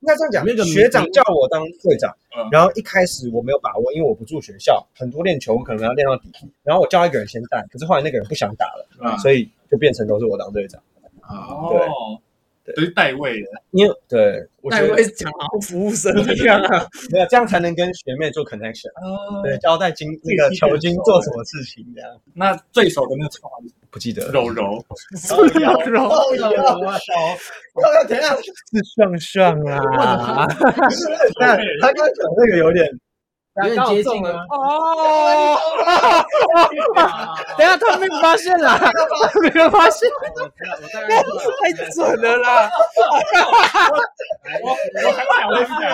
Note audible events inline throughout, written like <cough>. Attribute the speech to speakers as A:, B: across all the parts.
A: 应该这样讲，
B: 那个
A: 学长叫我当队长，
B: 嗯
A: 然后一开始我没有把握，因为我不住学校，很多练球我可能要练到底，然后我叫一个人先带，可是后来那个人不想打了，
B: 嗯
A: 所以就变成都是我当队长。
B: 哦，
A: 对
B: 都是代位的，
A: 因为对，我觉
C: 那
A: 得
C: 我也讲好像服务生一样啊，
A: <laughs> 没有这样才能跟学妹做 connection，对，交代经那个球经做什么事情这样。
B: 那最熟的那个绰号是
A: 不记得
B: 柔柔，
C: 塑料
A: <laughs>
C: 柔
A: 哦，有啊， <laughs> 要要啊等一下，
C: 是上上啊， <laughs>
A: 不是那他刚讲那个有点
D: 有点接
C: <laughs>
D: 近啊。
C: 哦， <laughs> 等一下他没有发现啊啦，他没有发现，
D: 我知道我大概知道
C: <laughs> 太准了啦，
B: 我我还想问一
A: <laughs>
B: 下，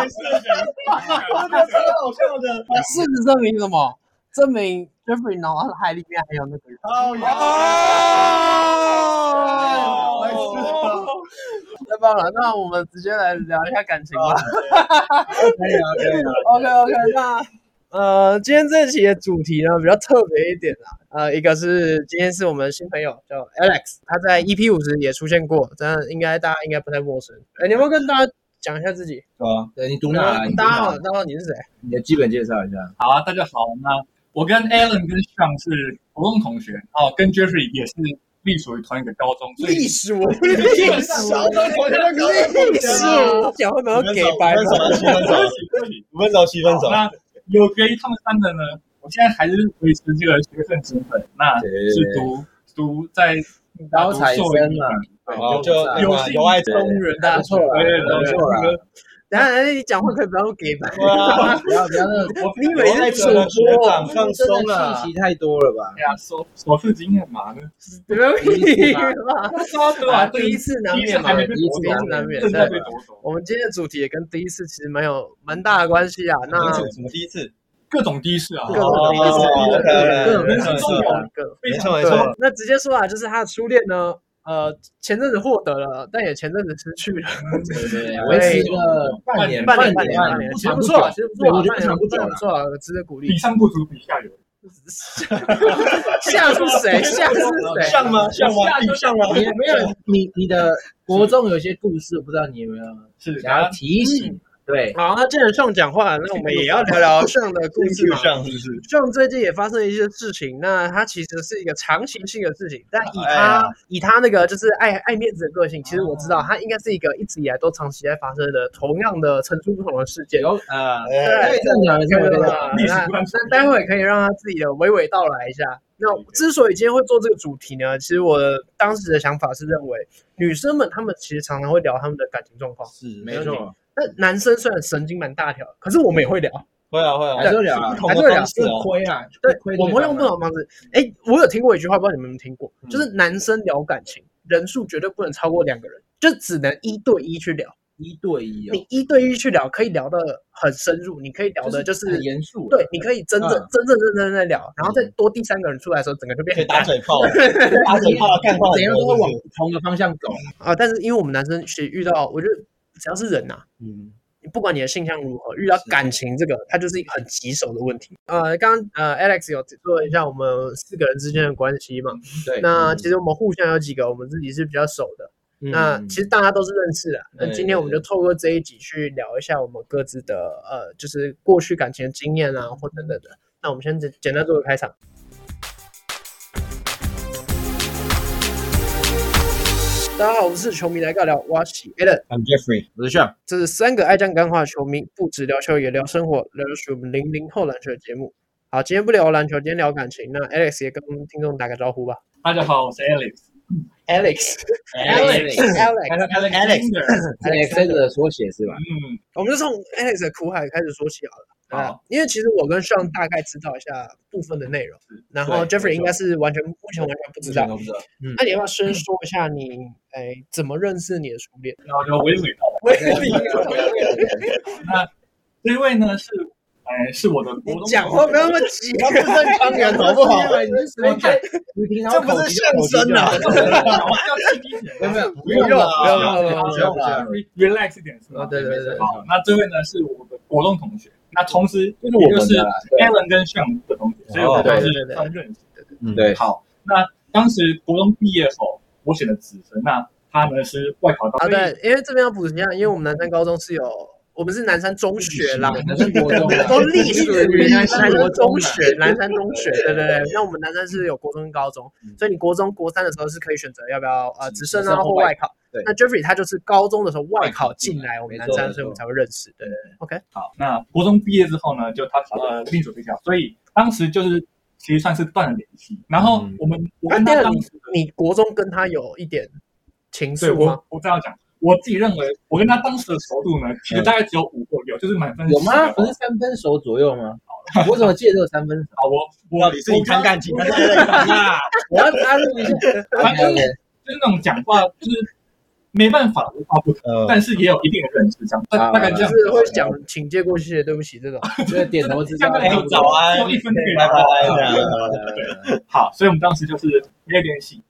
A: 好笑的，
C: 事实证明什么？证明 Jeffrey 脑海里面还有那个人。
A: 好
C: 哦，太棒了！那我们直接来聊一下感情吧。
A: 可以啊，可以啊，
C: OK OK，那呃，今天这期的主题呢比较特别一点啦。呃，一个是今天是我们新朋友叫 Alex，他在 EP 五十也出现过，但应该大家应该不太陌生。哎，你要不要跟大家讲一下自己？
D: 对啊，对你读
C: 大
D: 哪？
C: 家
D: 你读
C: 大
D: 哪
C: 家知道你是谁？
D: 你的基本介绍一下。
B: 好啊，大家好，那我跟 Alan 跟 Sean 是国中同学，哦，跟 Jeffrey 也是隶属于同一个高中，所以
C: 史，我历史，历史，我讲会不会给白
A: 分手
C: 了？
A: 了，七分手了，
B: 对不起
A: 五分手，七分手
B: 好，那有别于他们三个呢，我现在还是维持这个学生身份，那
D: 啊
B: 是读读在
D: 高材生嘛
B: 啊对
A: 然后就
D: 哦
B: 有
A: 有
B: 幸
A: 有爱
B: 中原大
C: 大错了
B: 对对对
D: 没错啦
B: 那个
C: 等一下，等一下你讲话可以不要给白。
A: 哇，
D: 不要不要那个，
B: 我
D: <laughs>
C: 你以
A: 有爱
C: 为是主
A: 者的学
C: 播？
A: 长放松了
D: 啊信，息太多了吧？
B: 哎呀，首首次经验嘛，那
C: 你不要屁吧？
B: 对啊，
C: 第一次难
B: 第一次
C: 免嘛
B: 还，没被
D: 第一
B: 夺
D: 次
B: 走，
C: 第一次难免。
B: 正在
C: 对
B: 被，夺走，
C: 我们今天的主题也跟第一次其实蛮有蛮大的关系啊。那
A: 第一次什么第一次？
B: 各种第一次啊，
C: 各种第一次，各种第一次啊，各种。
B: 非
A: 没
B: 常
A: 错没
C: 对
A: 错，，
C: 那直接说啊，就是他的初恋呢，呃，前阵子获得了，但也前阵子失去了，
D: 对对，维持了半年，
C: 半年
D: 年，
C: 半年半年，其实不错，其实不错，不错，值得鼓励
B: 比。上不足，比下有余。
C: 下是谁？下是谁？
A: 像吗？像吗？像吗？
D: 你没有你你的国中有些故事，我不知道你有没有
B: 是
D: 想
B: 然
D: 要
B: 后
D: 提醒？对，
C: 好，那既然上讲话，那我们也要聊聊上的故事嘛。
A: 像是不是？
C: 像最近也发生了一些事情，那它其实是一个长期性的事情，但以
A: 哎
C: 他、
A: 呀
C: 以他那个就是爱爱面子的个性，其实我知道他应该是一个一直以来都长期在发生的同样的层出不穷的事件。
D: 有呃，
A: 哎
C: 对
D: 这样
C: 对
D: 讲没错
C: 对
D: 没
C: 对
D: 错，
B: 历史
C: 那
B: 不断重
C: 那待会可以让他自己的娓娓道来一下。那我之所以今天会做这个主题呢，其实我当时的想法是认为，女生们她们其实常常会聊她们的感情状况，
A: 是
D: 没错，
C: 但男生虽然神经蛮大条，可是我们也会聊。
A: 会啊会啊，
D: 还是有点啊
A: 不同的方式
D: 是
A: 哦，
D: 亏啊，
C: 对
D: 亏，
C: 我们会用不
D: 不
C: 同的方式。哎、我有听过一句话，不知道你们有没有听过，就是男生聊感情，人数绝对不能超过两个人，就只能一对一去聊。
D: 一对一哦
C: 你，一对一去聊，可以聊得很深入，你可以聊的就是。
D: 很严肃，
C: 对，你可以真正、
D: 嗯
C: 真正认真在聊，然后再多第三个人出来的时候，整个就变
A: 可以
C: 很
A: 打
C: 大
A: 嘴炮，打嘴炮，干话很
D: 怎样都
A: 多
D: 会往
A: 是不是
D: 同个方向走，
C: 啊！但是因为我们男生其实遇到，我觉得只要是人呐、
A: 嗯，
C: 不管你的性向如何，遇到感情这个，它就是一个很棘手的问题。呃，刚刚呃，Alex 有说一下我们四个人之间的关系嘛？
D: 对，
C: 那其实我们互相有几个我们自己是比较熟的，
D: 嗯
C: 那其实大家都是认识的。那
D: 对
C: 今天我们就透过这一集去聊一下我们各自的呃，就是过去感情的经验啊，或等等的。那我们先简简单做个开场。大家好，我是球迷来尬聊，我是 a l a n
A: I'm Jeffrey，
D: 我是 Sean，
C: 这是三个爱酱干话的球迷，不只聊球也聊生活，聊的是我们零零后篮球的节目。好，今天不聊篮球，今天聊感情。那 Alex 也跟听众打个招呼吧。
B: 大家好，我是 Alex。
C: Alex，Alex，Alex，
B: Alexander
D: 这 Alexander 的缩写是吧？
B: 嗯，
C: 我们就从 Alex 的苦海开始说起好了。啊
B: 好，
C: 因为其实我跟 Sean 大概知道一下部分的内容，然后
A: 对没
C: Jeffrey
A: 错
C: 应该是完全目前完全不知
A: 知
C: 道
A: 道。都不知道，
C: 那你要不要先说一下你哎怎么认识你的初 <laughs> 恋？
B: 然后就娓娓道来。那这位呢是，哎，是我的
C: 你
B: 国中
C: 讲话不要那么急，啊不要正当人好不好？
D: 我讲，你平常口啊技就口技就好
B: 同学，要轻一
D: 没
B: 点。
D: 有没有，
A: 不用
D: 啊
A: 了
C: 不用了不用了
D: 不用了，
B: relax 一点是
C: 啊
B: 吗？
C: 对对对对
B: 好，那这位呢是我的国中同学，那同时
D: 就
B: 也
D: 是我
B: 就
D: 们
B: 是
D: 的啦，
B: Alan 跟 Sean 的同学，所以我们
C: 哦
B: 都
C: 对对
B: 是
C: 对
B: 算认识的。
D: 对，
B: 好，那当时国中毕业后，我选了直升，那他们是外考到
C: 啊，对，因为这边要补充一下，因为我们南山高中是有，我们是南山中学啦，
D: 那是国中
C: <laughs>
D: 啊，
C: 都隶属于南山
D: 国
C: 中
D: 中
C: 学，南山中学，对对对。那我们南山是有国中跟高中，所以你国中国三的时候是可以选择要不要呃直升
D: 直升
C: 啊
D: 或
C: 或
D: 外
C: 外考。
A: 对
C: 那 Jeffrey 他就是高中的时候外考进来我们
D: 没
C: 南
D: 错
C: 山，
D: 没
C: 所以我们
D: 错
C: 才会认识。对对对，OK，
B: 好，那国中毕业之后呢，就他考到了另组学校，所以当时就是其实算是断了联系。然后
A: 嗯
B: 我们、我
C: 啊
B: 跟
C: 对
B: 他
C: 了
B: 当时的
C: 你国中跟他有一点情
B: 对
C: 愫吗？
B: 我我这样讲，我自己认为我跟他当时的熟度呢，其实大概只有五或六，就是满分
D: 有
B: 10
D: 吗？
B: 的
D: 不
B: 话
D: 是三分熟左右吗？我怎么记得只有三分熟？
B: 好，我啊我
A: 到底是你看感情还是在啊？
D: 我要加入一下，
B: 反正就是那种讲话就是没办法无话不谈，
A: 呃，
B: 但是也有一定的认识，这样大
D: 啊
B: 大概这
C: 就
B: 样子。
C: 是会讲请借过谢谢对不起这种。
D: 就是点头之交啊
B: 像。那
A: 哎
B: 个
A: 早啊安
B: 就一分对
A: 拜拜
B: 了。
A: 这样。
B: 好，所以我们当时就是没有联系。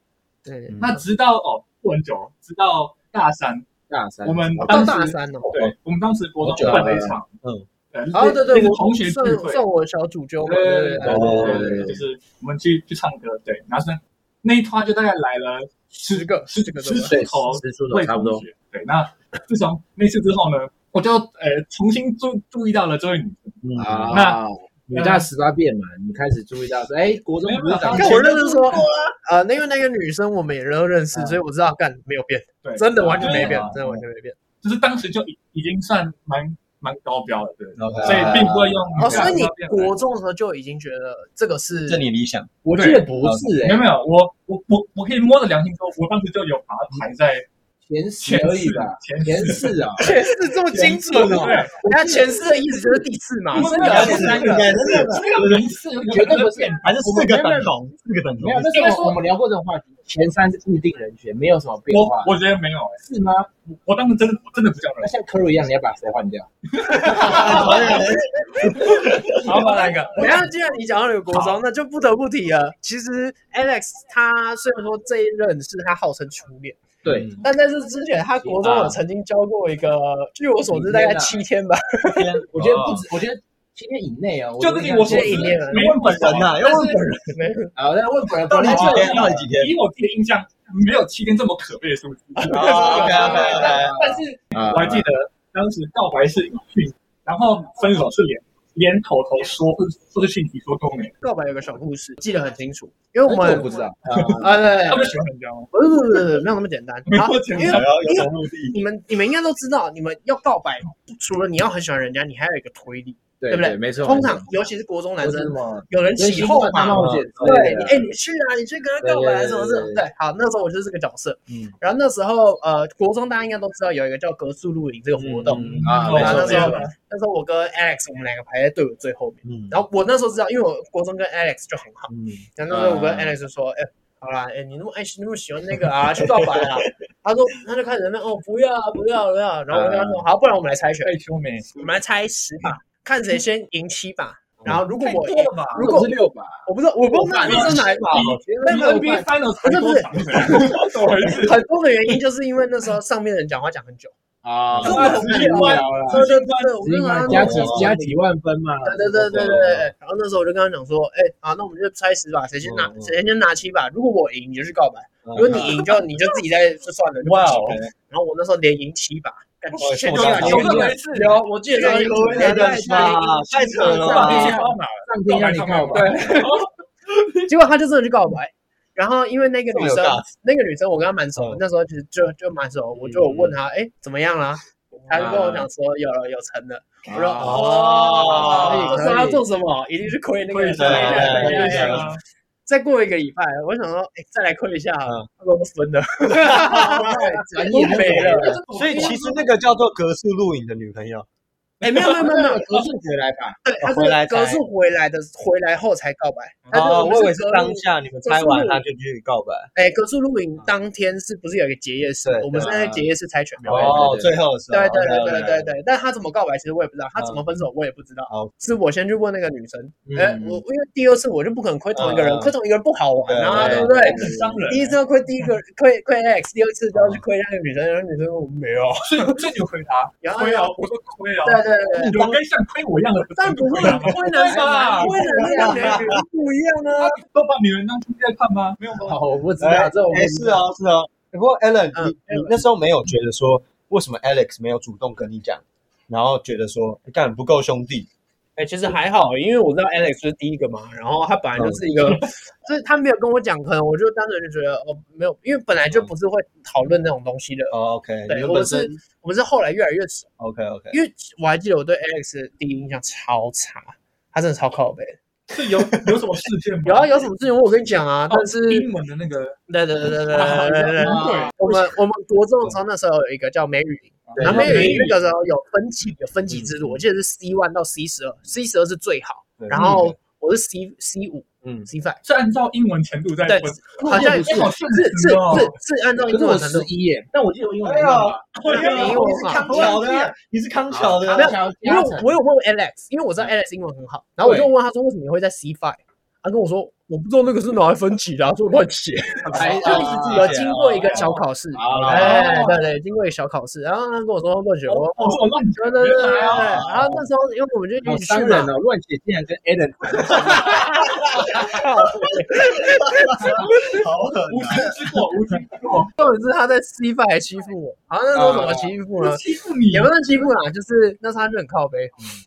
C: 对，
A: 嗯
B: 那直到哦不很久，直到大三，
D: 大三
B: 我们
A: 哦
B: 当
C: 到
B: 时
C: 大三哦。
B: 对，我们当时国中办了一场，
A: 嗯
B: 呃，
C: 哦，对对，
B: 那
C: 我
B: 个同学聚
C: 算
B: 会，
C: 算我小主揪嘛，
B: 对
C: 对对
B: 对
C: 对，
B: 对对对，就是我们去去唱歌，对，然后是那一团就大概来了
C: 十个
B: 十
C: 十个
B: 十
C: 左右
B: 出头
D: 十出头
B: 位
D: 差不
B: 同
D: 多。
B: 学，对，那自从那次之后呢，我就呃重新注注意到了这位女生，
A: 嗯，
D: 啊，
B: 那
D: 你大十八变嘛，你开始注意到说，哎，国中不是长
B: 没
C: 干，我
B: 有
C: 认真说，呃，那个那个女生我们也都认识，
D: 嗯
C: 所以我知道，干没有变，
B: 对，
C: 真的完全没
B: 就是
C: 变
D: 啊，
C: 真的完全没变。
B: 就是当时就已已经算蛮蛮高标了，对，
A: OK，
B: 所以并不会用
C: 哦，所以你
B: 高标来
C: 国中的时候就已经觉得这个是 <laughs>
A: 这你理想，
D: 我记得不是
B: 没有
D: 哎，
B: 没有，我我我我可以摸着良心说，我当时就有把它排在
D: 前十
B: 前
D: 而已
B: 四
D: 吧，，
B: 前
D: 前四 <laughs> 啊，
C: 前世这么精准哦？
B: 对，
C: 那前世的意思就是第四
B: <laughs>
C: 嘛，
B: 不是
C: 是
B: 啊
C: 吧
B: 不是啊
A: 应该是
B: 那个名次有
D: 绝对不是
B: 变，
A: 还是四个等同，四个等同
D: 没有，。那时候我们聊过这种话题，前三是固定人选，没有什么变
B: 我
D: 化，
B: 我觉得没有、欸，
D: 是吗？
B: 我我当时真的我真的不这样
D: <laughs> 那像 Curry 一样，你要把谁换掉？
B: 认，好吧，那个
C: 等一下，既然你讲到那个国中，那就不得不提了。其实 Alex 他虽然说这一任是他号称初恋，
D: 对，
C: 但在这之前，他国中有曾经交过一个，据我所知大概七天吧，
D: 我觉
A: 哦
D: 得不止，我觉得今天以内啊，
B: 就是以我所
C: 这
B: 知
C: 一面
B: 没
A: 问本人呐，要问本人
C: 没
D: 啊，那问本人
A: 到底几
B: 对
A: 天？到底几天？
B: 以我自己的印象，没有七天这么可悲的数字。
A: 哦
B: 对但
A: ，OK，OK，OK
B: 但是我还记得当时告白是讯，然后分手是连连口头说，或是或是讯息说都没有。
C: 告白有个小故事，记得很清楚，因为我
D: 我
C: 们
D: 不知道，
C: 啊，对对
B: 他
C: 对
B: 们喜欢你知道吗？
C: 不是不是不是没有那么简单，
B: 没有
C: 好
B: 那么简单
C: 因为
A: 想要有
C: 因
A: 什
C: 为
A: 么目的？
C: 你们你们应该都知道，你们要告白，除了你要很喜欢人家，你还有一个推理，
D: 啊对
C: 对不对
D: 没错，
C: 通常尤其是国中男
D: 男
C: 生
D: 生，嘛，
C: 有人起哄
D: 大
C: 嘛。
D: 冒险，
C: 对你，哎，你去啊，你去跟他告白
D: 对对对
C: 什么的
D: 对对，
C: 对，好，那时候我就是这个角色。
A: 嗯，
C: 然后那时候，呃，国中大家应该都知道有一个叫格数露营这个活动，
D: 啊，没
C: 然后那
D: 错没
C: 时候
D: 错，
C: 那时候我跟 Alex 我们两个排在队伍最后面，
A: 嗯，
C: 然后我那时候知道，因为我国中跟 Alex 就很好，
A: 嗯，
C: 然后那时候我跟
D: 啊
C: Alex 就说，哎、好啦，哎、你那么爱你那么喜欢那个啊，去告白啊。他说，他就开始在那边哦，不要啊，不要啊，不要啊。然后我跟他说，好，不然我们来猜拳，
B: 被求美，
C: 我们来猜十把，看谁先赢七把。然后如果我赢，
B: 吧
C: 如果
D: 是六把，
C: 我不知道，我不知道
D: 我
C: 你是哪一把，
D: 那
B: NBA final 才多长 <laughs> 的？怎么回事？
C: 很多的原因就是因为那时候上面的人讲话讲很久，
D: 啊，
C: 对对对对，我
D: 直接
C: 跟他
D: 加几加几万分嘛，
C: 对对对对对对。然后那时候我就跟他讲说，哎、啊，那我们就猜十把，谁先拿
A: 嗯嗯
C: 谁先拿七把。如果我赢，你就去告白；如果你赢，就你就自己再就算了。就不
B: 哇
C: 急
B: 哦
C: 然后我那时候连赢七把，干
A: 哇
C: 全
A: 我
C: 都
A: 想
C: 拿
A: 起
C: 全
A: 来
C: 部
A: 了
C: 拿有，我记得
A: 太
C: 连赢
A: 可
C: 七
A: 怜
C: 把
A: 了吧，太扯了吧！
D: 上天让你告白，
C: 结果他就真的去告白。然后因为那个女
A: 这么
C: 生
A: 有 guts，
C: 那个女生我跟她蛮熟
A: 嗯，
C: 那时候其实就就蛮熟，我就有问她，哎，怎么样啦？她就跟我讲说有了有成了。我说哦，我
D: 哦可
C: 说
D: 以可以
C: 她做什么？一定是亏那个人。
A: 对对对
C: 对对
A: 对对
C: 对再过一个礼拜，我想说，哎，再来亏一下
A: 嗯，
C: 她跟我分了，
D: 转眼没了，
A: 所以其实那个叫做格数录影的女朋友，
C: 哎，没有没有没有没有，
D: 格数回来吧，
C: 对，她
A: 回来
C: 是
A: 才
C: 格数回来的，回来后才告白。但是
A: 哦，我以为是
C: 格数
A: 当下你们拍完他就去告白，
C: 哎，格数录影当天是不是有一个结业式
A: 对？
C: 我们是在结业式猜拳
D: 对对
C: 标。
A: 哦，最后的时候，
C: 对对对
A: OK，OK
C: 对对对，但他怎么告白，其实我也不知道，他怎么分手我也不知道。
A: 好
C: 是我先去问那个女生，
A: 哦嗯
C: 哎、我因为第二次我就不可能亏同一个人，
A: 嗯嗯
C: 亏同一个人不好玩啊，
A: 对
C: 对
A: 对
C: 不对？
B: 很伤人。
C: 第一次要亏第一个亏亏 X，第二次就要去亏那个女生，然后女生说我没有，
B: 所以所以你回答
C: 然后
B: 亏哦，我说亏哦，
C: 对对对对，
B: 你们跟像亏我一样的，
C: 但不是亏男生啊，亏男生跟女生不一样啊，
B: 都把女人当猪在看吗？没有吗？
D: 好，我不知道，这我
A: 哎啊
C: 哎啊
A: 哎，是哦，是哦，不过 Alan，你
C: 嗯
A: 你那时候没有觉得说为什么 Alex 没有主动跟你讲，然后觉得说诶干不够兄弟，
C: 哎、其实还好，因为我知道 Alex 是第一个嘛，然后他本来就是一个，嗯 <laughs> 就是他没有跟我讲，可能我就单纯就觉得哦，没有，因为本来就不是会讨论那种东西的。
A: 哦，OK，你
C: 对，
A: 们
C: 我们
A: 本
C: 是
A: 身，
C: 我们是后来越来越熟，
A: OK OK，
C: 因为我还记得我对 Alex 的第一印象超差，他真的超靠背。
B: 是有有什么事件吗？
C: 有啊，有什么事情我有跟你讲啊，但是
B: 英文的那个
C: 对对对对对
B: 啊
C: 对对对
B: 崩溃
C: 我们我们国中的时候那时候有一个叫梅雨林，
B: 啊
A: 对
C: 然后
A: 没有
C: 梅雨
A: 梅
C: 林
A: 雨
C: 那个时候有分级有分级制度，
A: 嗯
C: 我记得是 C one 到 C 十二，C 十二是最好，
A: 对
C: 然后我是 C C 五
A: 嗯，
C: C five，
B: 是按照英文程度在
C: 对
B: 分，
C: 好像
B: 哎
C: 是
B: 好
C: 是
B: 顺
C: 是
B: 时哦
C: 是是按照英
D: 可是我
C: 文程
D: 十
C: 度，
D: 一耶，但我记得我英文
A: 哎
D: 没
A: 呀
D: 办法。
A: 你
C: 没有
A: 是康桥的啊，你是康桥的
D: 没有
A: 啊，
C: 因为我我有问 Alex，因为我知道 Alex 英文很好，然后我就问他说为什么你会在 C five，他跟我说我不知道那个是拿来分级的啊，所以我乱写。
D: 哎
A: 就一直自己
C: 有
A: 写
C: 经
A: 啊
C: 过一个小考试，
D: 哦好
C: 哎
D: 来，，
C: 对对，经过一个小考试，然后他跟我说乱选，我
B: 哦，这么乱讲，
C: 对对对对对，
B: 啊
C: 然后那时候因为我们就
D: 哦好
C: 一起去
D: 伤人
C: 嘛，
D: 哦！乱写竟然跟 Adam
C: <laughs>
A: 好狠
B: 无
A: 啊，
B: 情之过，无情之过，
C: 根本是他在 C 范还欺负我，好像那时候怎么欺负呢
D: 嗯
B: 我？欺负你
C: <laughs> 也，不算欺负啦，就是那时候他就很靠背，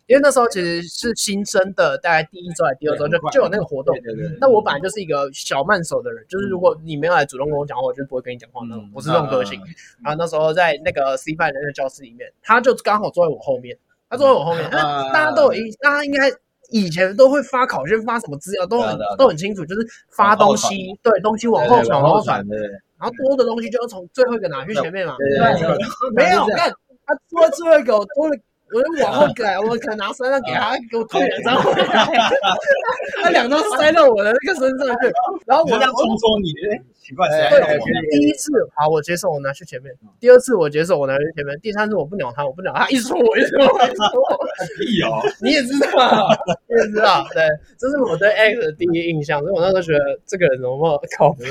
C: 因为那时候其实是新生的，大概第一周还是第二周就
D: 对很快
C: 就有那个活动
D: 对。对对，
C: 那我本来就是一个小慢手的人，就是如果你没有来主动跟我讲话，我就不会跟你讲话那种
A: 嗯，
C: 我是这种个性。然后那时候在那个 C 班的那个教室里面，他就刚好坐在我后面，他坐在我后面，
D: 啊
C: 大家都有印，大家应该以前都会发考卷、发什么资料都很
A: 对啊对啊
C: 都很清楚，就是发东西，对东西往后传，往后传，
D: 的，
C: 然后多的东西就要从最后一个拿去前面嘛。
D: 对对对，
C: 没有
D: 是这样
C: 看他多最后一个，我多了。我就往后改，我可能拿三张给他，给我退两张回来，他两张塞到我的那个身上去，然后
A: 我
C: 我
A: 这样冲说你，哎奇怪，谁来
C: 对
A: 弄我？
C: 第一次好，我接受，我拿去前面；第二次我接受，我拿去前面；第三次我不鸟他，我不鸟他，一直说我，一直说我，一直说我，
B: 屁哦，
C: <laughs> 你也知道，你也知道，对，这是我对 X 的第一印象，所以我那时候觉得这个人怎么那么靠背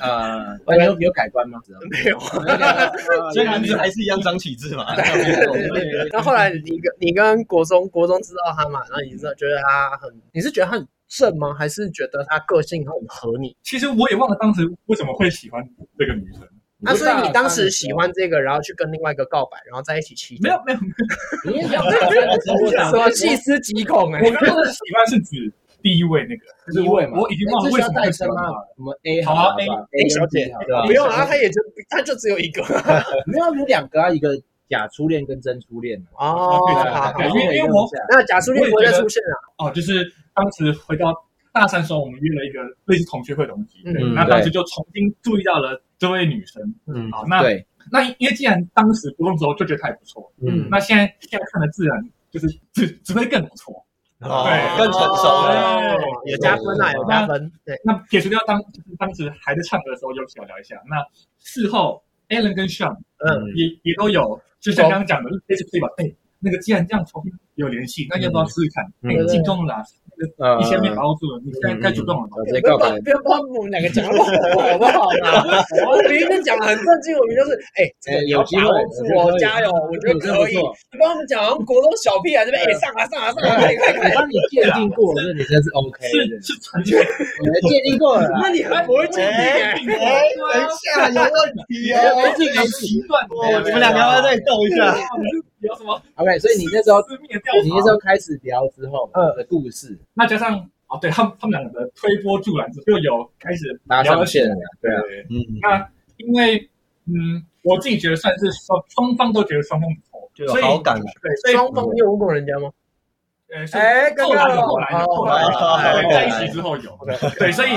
C: 啊？
D: 呃，你有你有改观吗？
C: 没
D: <laughs>
C: 有。
A: 所以名字还是一样张启志嘛，嗯
C: 然后后来你跟你跟国中国中知道他嘛，然后你知道觉得他很，你是觉得他很正吗？还是觉得他个性很合你？
B: 其实我也忘了当时为什么会喜欢这个女生，
C: 那、所以你当时喜欢这个，然后去跟另外一个告白，然后在一起七
B: 没
C: 天，
B: 有没有，
D: 你也想什
C: 什么细思极恐哎、
B: 我刚刚的喜欢是指第一位那个，就是我
D: 第一位嘛哎
B: 我已经忘了为什么会
D: 代
B: 喜
D: 称
B: 欢
D: 吗
B: 她了。？
D: 什么 A
B: 好啊
D: 吧
C: A 小姐
D: 对吧
C: 不用啊，他也就他就只有一个
D: 没有有两个啊，一个假初恋跟真初恋。
C: 哦
B: <laughs> 对对
C: 好
B: 对啊
C: 好
B: 对，因为因为我
C: 那假初恋不会再出现了，
B: 哦，就是当时回到大三的时候，我们约了一个类似同学会的东西，
C: 嗯
B: 那当时就重新注意到了这位女生。
A: 嗯
B: 好，那
D: 对，
B: 那因为既然当时不用的时候就觉得她还不错，
A: 嗯，
B: 那现在现在看的自然就是只只会更不错。
A: 哦
B: 对
A: 更成熟了，
C: 哦有加分啊，有加
B: 嗯
C: 分，对，
B: 那撇除掉当就是当时还在唱歌的时候有小聊一下，那事后 Alan 跟 Sean
C: 嗯，
B: 也也都有，就像刚刚讲的，
D: 哦
B: 类似对吧？哎，那个既然这样重新有联系，那要不要试试看？
A: 嗯
B: 哎
C: 嗯，
B: 进攻了啦，
D: 呃
B: 你先没把握住了，你现在
D: 嗯
B: 该主动了吧。
D: 直接
C: 不要
D: 告
C: 把
D: 白。
C: 不要把我们两个讲到好不好嘛？我明明就讲得很正经，我明明就是哎，这个
D: 哎有机会
C: 把握住我
D: 我觉得可以
C: 加油，我觉得可以。你帮我们讲，好像国中小屁孩这边哎上啊上啊上啊，快快快！
D: 我帮你鉴定过，这女生是 OK 的
B: 是，是曾经
D: 你鉴定过了。
C: 那你很不会鉴定哎，
A: 哎，
B: 啊
A: 等一下有问题哦，
D: 没事没事
B: 习惯啊
A: 哇你哎们两个要不要再斗一下？
B: 有什么
D: ，OK。所以你那时候，
B: 私密的调
D: 你那时
B: 查？
D: 候开始聊之后，呃，的故事
B: 那加上哦，对他们他们两个的推波助澜，就有开始
D: 搭
B: 聊
D: 上
B: 了起
D: 线
B: 来
D: 了，对啊，
B: 对，
A: 嗯，
B: 那因为嗯，我自己觉得算是双双方都觉得双方不错，
A: 就有
B: 所以
A: 哎好感
B: 对，所以
C: 双方你有问过人家吗？
B: 呃，是
C: 哎
B: 后来有
C: 刚刚
B: 后来有
C: 哦
B: 后来有
A: 后来
B: 对
A: 后来
B: 在一起之后有，对，所以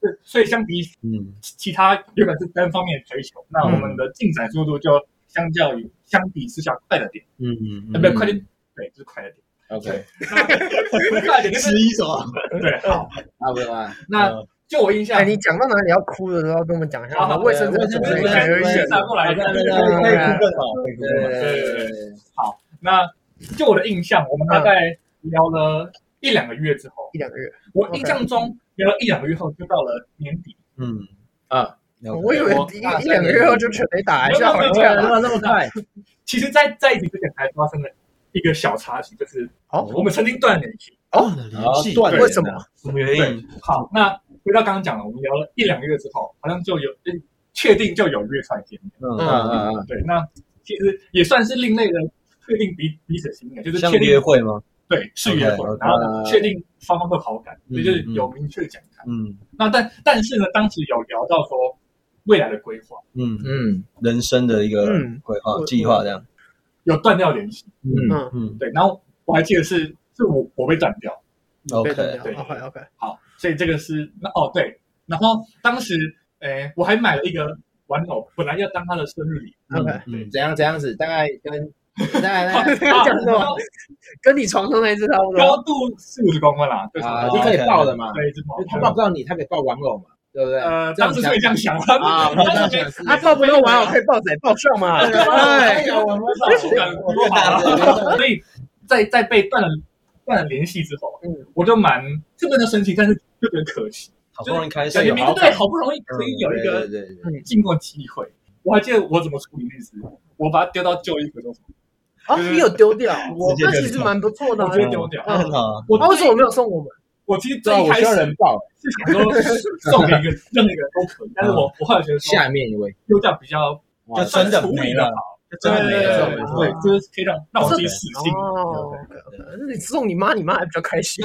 B: 是所以相比
A: 嗯
B: 其他原本是单方面的追求，那我们的进展速度就相较于相比之下快了点，
A: 嗯
B: 呃，不快点，对，就是快了点。
D: ，OK。
B: 快点，
A: 十一什么？
B: 对，好，
D: 啊，不啊，
B: 那就我印象
C: 哎，，你讲到哪里要哭的都要跟我们讲一下，
B: 好
C: 我
B: 好
C: 们卫生纸
D: 对
C: 准
B: 对
C: 备
B: 对
C: 还有一
B: 对
C: 些
B: 对。拿过来
D: 对
A: 可以可
D: 对
A: 以哭
D: 对
A: 更好，可以
B: 啊
A: 哭更好。
D: 对对，
B: 好，那就我的印象，我们大概聊了一两个月之后，
C: 一两个月，
B: 我印象中聊了一两个月后就到了年底，
A: 嗯
D: 啊，
C: 我以为
B: 我
C: 一一两个月后就全没打一下，好
B: 对啊
C: 像
D: 怎么那么快？
B: 其实在，在一起之前还发生了一个小插曲，就是
C: 哦
B: 我们曾经断了联系。
A: 哦，
D: 断
C: 为什么？
A: 什么原因？
B: 好，那回到刚刚讲了，我们聊了一两个月之后，好像就有诶确定就有约出来见面。
A: 嗯嗯嗯
B: 对，那其实也算是另类的确定彼彼此心意，就
A: 嗯，
B: 是
A: 像
B: 确定
A: 约会吗？
B: 对是约会
A: OK，OK，
B: 然后确定双方都有好感，
A: 嗯
B: 所以就是有明确的讲谈。
A: 嗯
B: 那但但是呢，当时有聊到说未来的规划，
A: 嗯，
D: 嗯
A: 人生的一个
C: 嗯
A: 规
C: 我
A: 划计划这样。
B: 有断掉联系。
D: 嗯
C: 嗯，
A: 嗯
B: 对，然后我还记得是是我我被断掉，
A: ，OK，
B: 嗯对
C: OK OK，
B: 好，所以这个是那哦对，然后当时诶我还买了一个玩偶，本来要当他的生日礼，
A: 嗯
C: ，OK
A: 嗯
D: 怎样怎样子，大概跟大概大
C: <laughs>
D: 概
C: 这样子吗跟你床上那一只差不多。
B: 高度四五十公分啦，就是
D: 啊就可以抱的嘛，
B: 对，一只猫
D: 就他抱不到你，他可以抱玩偶嘛，对不对？
B: 呃，当时是会这样想的，
D: 啊，我
B: 当
D: 这样
B: 时
D: <laughs> 想是
C: 他抱不用玩偶，可以抱仔抱上嘛？
D: 哎
C: 对，
D: 呀，我们
B: 老鼠感多好
D: 对对对
B: 啊！所以在在被断了断了联系之后，
C: 嗯
B: 我就蛮这不能生气，但是就觉得可惜，
A: 好不容易开
B: 感
A: 始
B: 觉
A: 有
B: 明
A: 好
B: 明对
A: 感，
B: 好不容易可以有一
D: 嗯对
B: 个
D: 对对对
B: 进攻机会，我还记得我怎么处理那只，我把它丢到旧衣服中，
C: 哦，你有丢掉，我
A: 直接
C: 那
A: 丢
C: 其实蛮不错的啊哦
B: 我。觉得丢掉。
A: 那很好啊。
B: 我
C: 他为什么没有送我们？
B: 我其实
D: 对
B: 最
D: 啊，
B: 一
D: 我
B: 开
D: 需要人
B: 始
D: 抱，
B: 是想说送给一个任何一个人都可以，但是我我后来觉得说
D: 下面一位，
B: 丢掉比较
A: 就真的没了，就真的啊没
B: 对
A: 了，
B: 对对，就是可以让让我自己死心。
C: 哦
A: 对
C: ，OK，OK，那你送你妈，你妈还比较开心。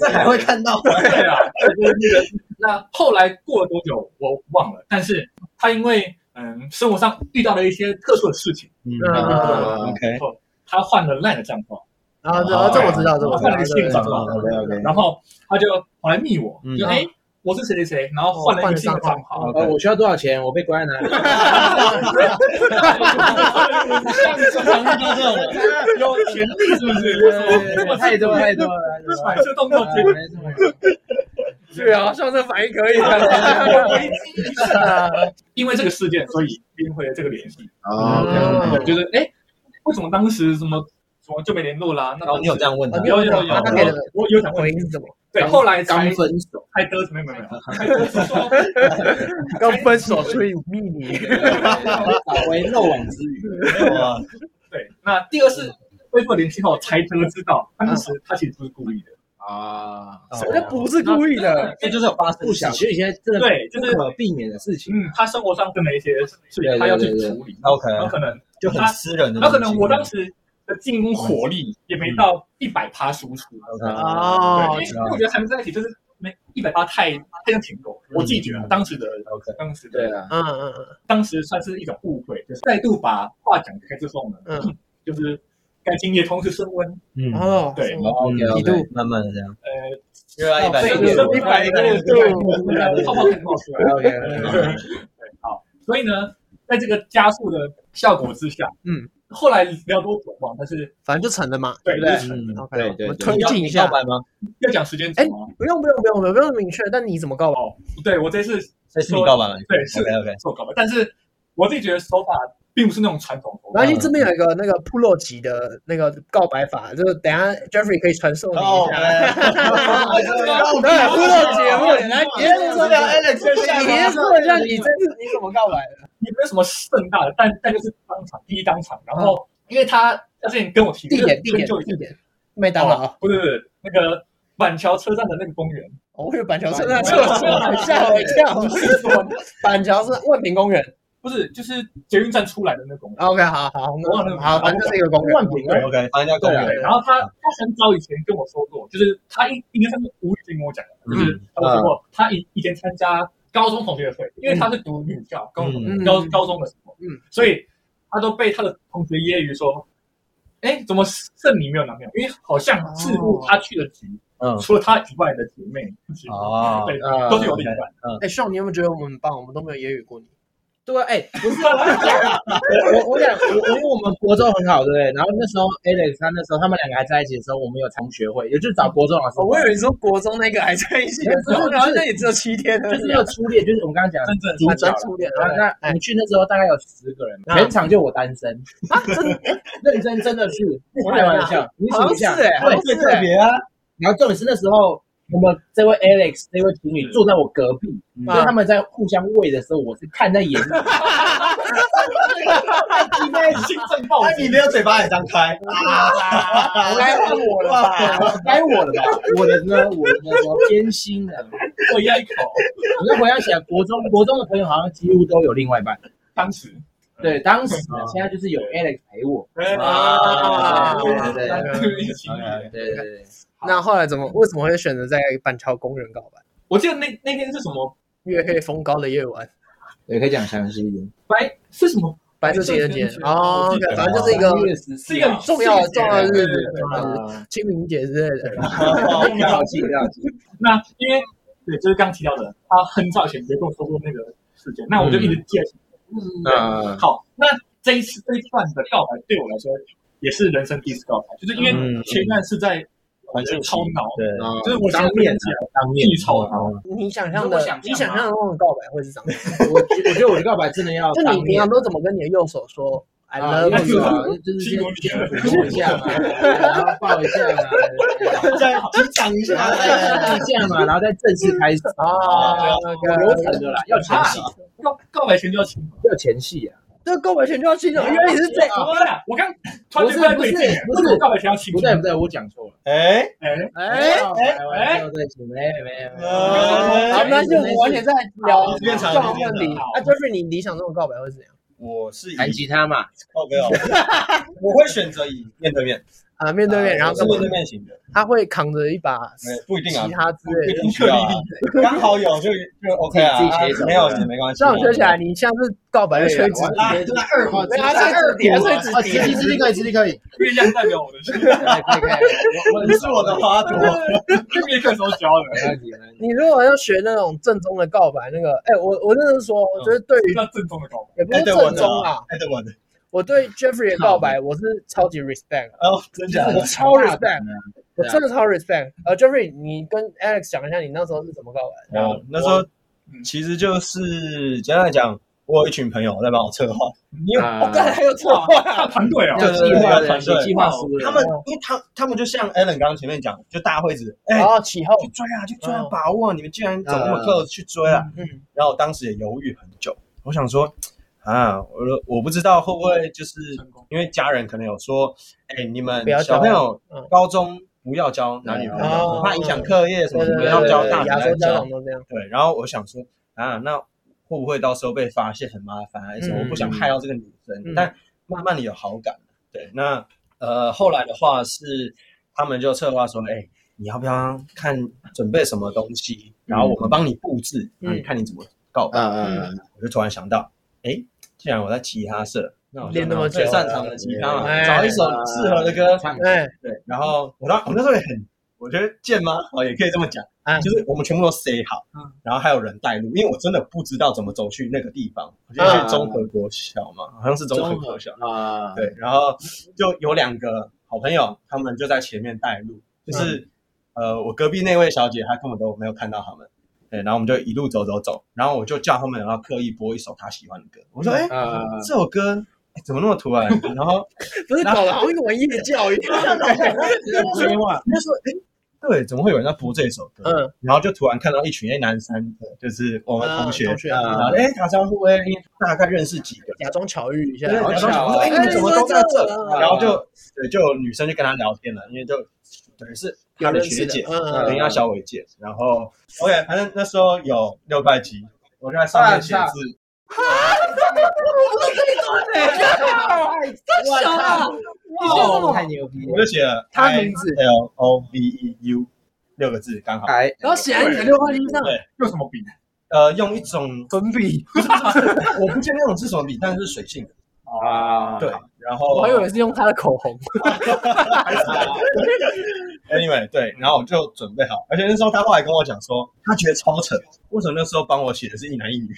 A: 这还会看到。
B: 对啊，就是那个。那后来过了多久我忘了，但是他因为嗯生活上遇到了一些特殊的事情，
A: 嗯
C: 啊
A: ，OK，
B: 他换了 LINE 的账号，
C: 啊，这啊这我知道，这我知道
B: 换了一个
C: 这个
B: 新
C: 知
B: 账
C: 道。
B: 号，
D: OK OK，
B: 然后他就跑来密我，
A: 嗯
B: 就哎、我是谁谁谁，然后哦换了一个新的账号，
A: OK，
D: 呃，我需要多少钱？我被关在哪里？
B: 哦 <laughs> 像
A: 常遇到这种
B: <laughs> 有潜力是不是？为什么
D: 太多太多了，
B: 买这动作，
D: 没事没事，
C: 对啊，上次反应可以
B: 啊我
C: 的。
B: 危机意识。
C: 啊
B: 因为这个事件，所以编回了这个联系。
C: 哦
B: 我
D: <laughs>
B: 觉得哎，为什么当时什么什么就没联络啦？那
A: 然后哦你有这样问他
C: 啊，你
B: 有有有
C: 那他给的
B: 我有想问
C: 回，应是什么？
B: 对，后来才
D: 刚分手，
B: 才得什么没有没有，才得知说
C: 刚分手，所以密你。
D: 啊找回漏网之鱼，
A: 哇
B: 对。那第二是恢复联系后才得知到，当时他其实不是故意的，
D: 啊，
A: 哦
C: 我就不是故意 <laughs>
D: 哎
C: 的。
A: 这就是有发生
D: 不小心，有些
A: 嗯
D: 真的
B: 对，就
D: 不
B: 是
D: 可避免的事情，
B: 嗯，他生活上真的一些事情，他要去处理，
A: ，OK，
B: 然后可能
A: 就很私人的
B: 然
A: 东西。
B: 后可能我当时的进攻火力也没到一百趴输出，啊
D: 啊
B: 对
C: 哦，
B: 因为因为我觉得还没在一起就是没一百趴太太像舔狗，我自己觉得当时的
A: OK，
B: 当时的
D: 对啊，
C: 嗯嗯嗯，
B: 当时算是一种误会，就是再度把话讲开之后呢，
C: 嗯
B: 就是感情也同时升温，
A: 嗯
C: 嗯哦，
B: 对
A: ，OK，
C: 几度
A: 慢慢的这样，
B: 呃，
A: 又要一百
D: 对
A: 多
D: 对对
A: 度，
C: 哦
B: 一百个人对，泡泡开始冒出来了，
D: OK，
B: 对，好，所以呢，在这个加速的效果之下，
C: 嗯，
B: 后来聊多久忘，但是
C: 反正就成了嘛，
B: 对
C: 不对
B: 就是
A: 嗯，
C: ？OK，
D: 对对
C: 我们
D: 对
C: 推进一
A: 要
C: 下
A: 告。白吗？
B: 要讲时间轴吗？
C: 不用不用不用，我们不用明确，但你怎么告白？
B: 哦，对我这次
A: 这是你告白吗？
B: 对是
A: OK OK，
B: 做搞吧，但是我自己觉得手法并不是那种传统手
C: 然
B: 法
C: 后，这边有一个那个 Pro 级的那个告白法，就是等一下 Jeffrey 可以传授你一下。对，Pro 级，Pro 级，来，
D: 别人说聊 Alex 就下
C: 你先说一下你这次你怎么告白的？
B: 也没有什么盛大的，但但就是当场第一当场，然后因为他他之前跟我提
C: 地点，地点，
B: 就
C: 地点，麦当劳。
B: 不是不是那个板桥车站的那个公园，
C: 哦，我有板桥车站厕所，吓我一跳。板桥是万平公园。
B: 不是就是捷运站出来的那个公园。
C: OK，好好，我忘了，好，反正就是一个公园。
D: 万平啊
A: OK，反正叫公园
B: 对，然后他他很早以前跟我说过，就是他一应该算是无意间跟我讲的，
A: 嗯
B: 就是他说过他以以前参加高中同学会，因为他是读女校，高中
A: 嗯
B: 高高中的时候，
C: 嗯，
B: 所以他都被他的同学揶揄说，哎，怎么剩你没有男朋友？因为好像似乎他去的局，
A: 嗯，
B: 除了他以外的姐妹，
A: 哦
B: 对，
D: 啊
B: 都是有另一半。
C: 哎，少，你有没有觉得我们很棒？我们都没有揶揄过你。
D: 对，哎，不是，我我我讲，我因为我们国中很好，对不对？然后那时候 Alex 他那时候他们两个还在一起的时候，我们有同学会，也就是找国中老师，
C: 哦我以为你说国中那个还在一起的时候，然后那也只有七天而
D: 就是
C: 已
D: 那。个初恋，就是我们刚刚讲
B: 真
D: 的
B: 正
D: 主
C: 啊，
D: 角
C: 专
D: 啦。
C: 初恋。
D: 然后那我们去那时候大概有十个人，全场就我单
C: <laughs>
D: 身，
C: 啊
D: <laughs>
C: 哎
D: 认真真的是不开玩笑，你数
C: 好
D: 一
C: 啊
D: 下
C: 像是，哎，好像
A: 最
C: 是
A: 特
C: 哎。
A: 别啊，
D: 然后重点是那时候我们这位 Alex 这位
C: 嗯
D: 情侣坐在我隔壁，
C: 啊
D: 所以他们在互相喂的时候，我是看在眼
C: <laughs>
D: 里。 <laughs>
B: 应该心正暴
A: 那
B: 击
A: 哎你。没有嘴巴也张开，
D: 该换我了吧？该我了吧？我的呢？我的呢？我偏心的。
B: 我一口，
D: 我再回想起来，国中国中的朋友好像几乎都有另外一半。
B: 当时
D: 对，当时呢，现在就是有 Alex 陪我。
A: 哎
C: 啊
B: 对对
D: 对
B: 对一起。
D: 对对对对，
C: 那后来怎么为什么会选择在板桥工人告白？
B: 我记得那那天是什么
C: 月黑风高的夜晚，
D: 对，可以讲详细一点。
B: 白是什么
C: 白色情人节
B: 白色情人节
C: 哦
B: 我记，得
C: 反正就是一个
D: 三月十
B: 是
D: 四
B: 一个很
D: 号
C: 重要的重要的日子，
D: 啊
C: 对清明节之类的。
D: 要记要记。
B: 那因为对，就是刚提到的，他很早以前就跟我说过那个事件，那我就一直记得。嗯，
D: 啊，
B: 好，那这一次这一段的告白对我来说也是人生第一次告白，就是因为
A: 嗯
B: 前一段是在呃
A: 环境
B: 超恼，
A: 对，
B: 就是我现在
D: 当面
B: 起来
D: 当面
B: 巨臭恼，
C: 你想象
B: 如果
C: 的
B: 想象，啊
C: 你想象的那种告白会是怎么样？
D: 我觉我觉得我的告白真的要
C: 就
D: 当
C: 你平
D: 面
C: 常。都怎么跟你的右手说 I
D: 啊，
C: love
D: 那就
C: you？啊
D: 是就是先
B: 哎
D: 抚一下嘛，然后抱一下嘛，
A: 再击掌一
D: 然后再一下嘛，然后再正式开始。
C: 啊，
D: 流程的啦，要前戏，
B: 告告白前就要亲了。
D: 要前戏啊！
C: 这告白前就要亲了，原来你是这样。
B: 我跟你讲我刚突然间在对劲，
D: 不
B: 为
D: 是不是
B: 什么告白前要亲？
D: 不对不对，我讲错了。
A: 哎，
B: 哎，
C: 哎，
D: 哎哎，对不起，没没没。
C: 好，那就完全在聊
A: 好变长
C: 状况问题
B: 好
C: 啊。就是你理想中的告白会是怎样
A: 我是以
D: 弹吉他嘛，
A: 哦没有，我会选择以面对面，
C: 啊？面对面，然后
A: 我是面
C: 干
A: 对
C: 嘛？
A: 面型的，
C: 他会扛着一把
A: 没不一定啊
C: 吉，他之
A: 不
C: 类
A: 一
C: 的。
A: 定需要啊，刚好有就就 OK 啊，
D: 自己自己写一首
A: 啊没有也没关系，
C: 这样学起来，你像是告白的吹纸笛，
A: 啊，那二胡，
C: 对啊，吹纸笛，吹纸
D: 啊，直
C: 笛
D: 立直立可以，直立可以，
B: 月亮代表我的心，
C: <laughs>
D: 可以可以，我
A: 这是我的花朵，
B: 音乐课时候教的，
D: 没问题没问题。
C: 你如果要学那种正宗的告白，那个，哎、我我认真说，我觉得对于、
B: 那正宗的高
C: 也不
A: 哎
C: 是
A: 对我
C: 正
A: 的
C: 宗啊，
A: 哎对我的，
C: 我对 Jeffrey 的告白，我是超级 respect，的
A: 哦真假
C: 我
A: 的，
C: 超 respect，我
D: 对啊
C: 真的超 respect。呃，Jeffrey，你跟 Alex 讲一下，你那时候是怎么告白的？
A: 哦，那时候
C: 嗯
A: 其实就是简单来讲，我有一群朋友在帮我策划，因为
D: 啊
C: 我刚才还有策
B: 哇，大
C: 划，
B: 团队啊，
D: 要计划的，计划书，
A: 他们，因为他他们就像 Allen 刚刚前面讲，就大家会一直哎
C: 然后起后，
A: 去追啊，去追啊
C: 嗯，
A: 把握！你们既然走那么
D: 呃
A: 克去追啊，
C: 嗯，
A: 然后我当时也犹豫很久，我想说啊，我我不知道会不会就是
B: 成功
A: 因为家人可能有说，哎，你们
C: 不要交
A: 小朋友
C: 嗯
A: 高中不要交男女朋
C: 哦
A: 友，怕影响课业什么
C: 对
A: 什
C: 对
A: 么，要
C: 对，
A: 交大人
C: 对亚洲
A: 来
C: 家
A: 交
C: 长。都这样，
A: 对，然后我想说啊，那会不会到时候被发现很麻烦啊还是什么？
C: 嗯
A: 我不想害到这个女
C: 嗯
A: 生，但慢慢的有好感。对，那呃后来的话是他们就策划说，哎，你要不要看准备什么东西，然后我
C: 嗯
A: 们帮你布置，然后你看你怎么告白。
D: 嗯嗯，
A: 我就突然想到，哎，既然我在吉他社，那我就
C: 练那么
A: 拿最
C: 久
A: 擅
D: 了
A: 长的吉他嘛，
C: 哎
A: 找一首适合的歌。
D: 唱
C: 哎，
A: 对，然后我当我那时候也很，我觉得贱吗？哦，也可以这么讲
C: 嗯，
A: 就是我们全部都塞好
B: 嗯，
A: 然后还有人带路，因为我真的不知道怎么走去那个地方，我就去综合国小嘛，好像是综合国小。
D: 啊，
A: 对，然后就有两个好朋友，他们就在前面带路，就是、呃，我隔壁那位小姐她根本都没有看到他们，对，然后我们就一路走走走，然后我就叫他们要刻意播一首她喜欢的歌，我说，
B: 嗯
A: 哎、
D: 啊，
A: 这首歌。哎怎么那么突然？然后
C: 不是
A: 然
C: 搞得好像一个文艺教
A: <laughs>
C: 育，
D: 计划，
A: 人家说，哎、对，怎么会有人在播这首歌？
C: 嗯，
A: 然后就突然看到一群哎男生，就是我们同学，
C: 同学嗯
A: 然后哎打招呼哎，大概认识几个，
C: 假装巧遇一下，
A: 对，
D: 好
A: 然后
D: 巧
A: 我
D: 啊
A: 说哎，你们怎么都在这？
C: 啊
A: 然后就对，就有女生就跟他聊天了，因为就等于是他的学姐，
C: 嗯嗯
A: 等于
D: 嗯
A: 她小伟姐。然后 OK，反正那时候有六块肌，我就在上面写
C: 嗯
A: 字。
C: 啊哎
A: <laughs>
D: 我操，哇，哦
C: 哦
D: 太牛逼
A: 我就写了
C: 啊他名字
A: L O V E U 六个字，刚好。
D: 哎，
C: 然后写在你的六块肌上，
B: 用什么笔？
A: 呃，用一种
C: 粉笔，
A: 我不记得那种是什么笔，但是是水性的。
D: 啊，
A: 对，然后
C: 我还以为是用他的口红，
A: Anyway，对，然后我就准备好，而且那时候他后来跟我讲说，他觉得超扯，为什么那时候帮我写的是一男一女？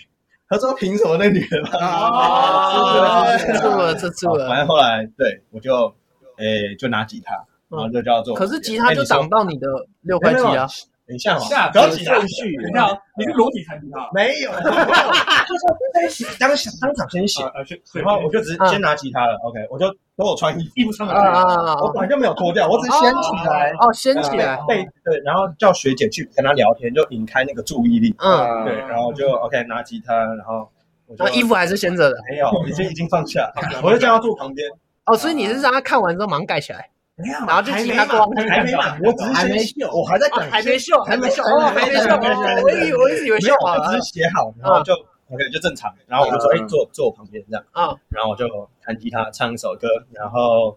A: 他说凭什么那女的帮
D: 啊
C: 吃醋了，吃
A: <laughs>
C: 醋
A: 我？
C: 了
A: 反。正后来对我就，嗯诶、就拿吉他，然后就叫做。哎
C: 可是吉他就挡到你的六块肌啊！
A: 等一下嘛，
B: 下
A: 不要急啊，
D: 哦顺序
B: 等一下哦，你是裸体才知道。
A: 没有，没有就是当当当场先写，
B: 啊啊，是，
A: 然后我就只是先拿吉他了，OK，我就等我穿衣服，
B: 衣服穿
C: 啊
B: 了就好，
C: 啊
A: 我本来就没有脱掉，我只是掀起来，
C: 哦，掀起来，
A: 被啊对，然后叫学姐去跟她聊天，就引开那个注意力，
C: 嗯，
D: 啊
A: 对，然后就 OK 拿吉他，然后我就
C: 那衣服还是掀着的
A: 没有，已经已经啊放下， <laughs> 我就叫她坐旁边，
C: 哦，所以你是让他看完之后马上盖起来，
A: 没有，
C: 然后就
A: 还
C: 吉
A: 没
C: 他
A: 满
C: 光，
A: 还没满，我只是
D: 还没
A: 先我还在等，
C: 啊还没秀，
A: 还没秀
C: 哦，还没秀，
A: 还没秀
C: 哦我以我一直以为
A: 没
C: 秀
A: 有，
C: 好啊嗯
A: 我
C: 了
A: 只是写好，然后就 OK 就正常，然后我就说哎坐坐我旁边这样。
C: 啊，
A: 然后我就弹吉他唱一首歌，然后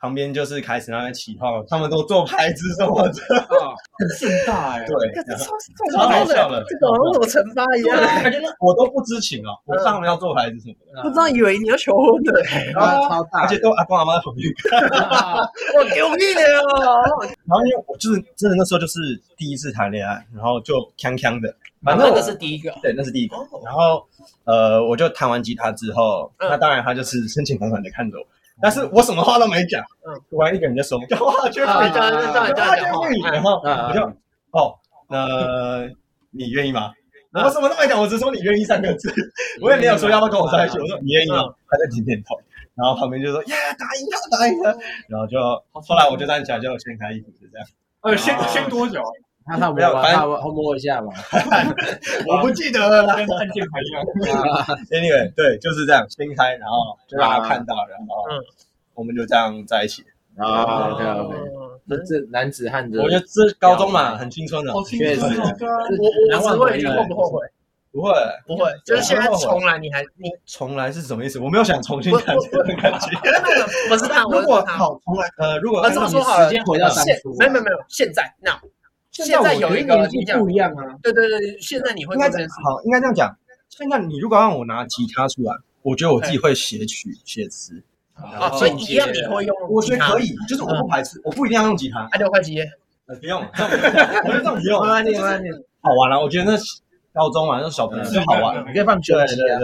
A: 旁边就是开始那边起哄，他们都做拍子什么的，
B: 盛
D: 哦
B: 大哎，
A: 对，
C: 这
A: 然后
C: 超超好
A: 太笑了
C: 的，这种好像我惩罚一样，
A: 感觉那我都不知情
C: 嗯
A: 哦，我上他们要做拍子什么的，
C: 不知道以为你要求婚的，
D: 然后超大
A: 而，且都阿公阿妈在旁边看，
C: 我丢你了，
A: 然后因为我就是真的那时候就是第一次谈恋爱，然后就锵锵的，
C: 反
A: 反
C: 正
A: 正
C: 这
A: 我
C: 是第一个，
A: 对那是第一个，
C: 哦
A: 然后呃我就弹完吉他之后，
C: 嗯哦
A: 那当然他就是深情款款的看着我。但是我什么话都没讲，
C: 嗯
A: 突然一个人就说：“干话缺乏
C: 啊，这样这样这样讲话，
A: 然后
C: 啊
D: 嗯
A: 我就哦，那你愿意吗？
C: 嗯
A: 我什么都没讲，我只说你愿意三个字，我也没有说要不要跟我在一起，我说你愿意
C: 嗯
A: 吗？他在点点头，然后旁边就说耶，答应他，答应他，然后就后来我就站起来就掀开衣服，就这样，
B: 呃，先
D: 啊
B: 先多久？
D: 他他
A: 没有
D: 摸
A: 反正
D: 他他摸一下
C: <laughs>
D: 嘛，
A: 我不记得了啦。
B: <laughs> 跟按键盘一样，
A: Anyway，对，就是这样掀开，然后就让他看到，然后我们就这样在一起。
D: 啊，OK OK，
C: 哦
D: 这这男子汉的，
A: 我觉得这高中嘛，很青春的，
B: 好青
D: 确实
B: 春哦，对啊
C: 我我只问你后不后悔？
A: 不会
C: 不会，就是现在重来你还你
A: 重来是什么意思？我没有想重新看这种感觉。 <laughs>
C: 不是他，我
A: 如
C: 是
A: 果
C: 他，
A: 好重来，呃，如果
C: 啊，这么说好了
D: 时，间回到当
C: 现
D: 初啊，
C: 没有没有没有，现在 now，现在有一
D: 我
C: 个
D: 觉得年
C: 印
D: 纪
C: 象
D: 不，一样啊，
C: 对对对，现在你会
A: 应
C: 做
A: 该这
C: 这件
A: 样
C: 事，
A: 好，应该这样讲。现在你如果让我拿吉他出来，我觉得我自己会写曲、写词，
C: 啊，所以一样你会用，
A: 我觉得可，以，就是我不排斥，我不一定要用吉他，
C: 啊，六块几耶，
A: 嗯呃不用，这种 <laughs> 我觉得这种不用，
D: 慢慢练慢慢练，
A: 好玩啊了。我觉得那高中啊玩那小朋友是好玩的，
D: 你可以放胸
A: 对
D: 肌
A: 嗯对
D: 啊，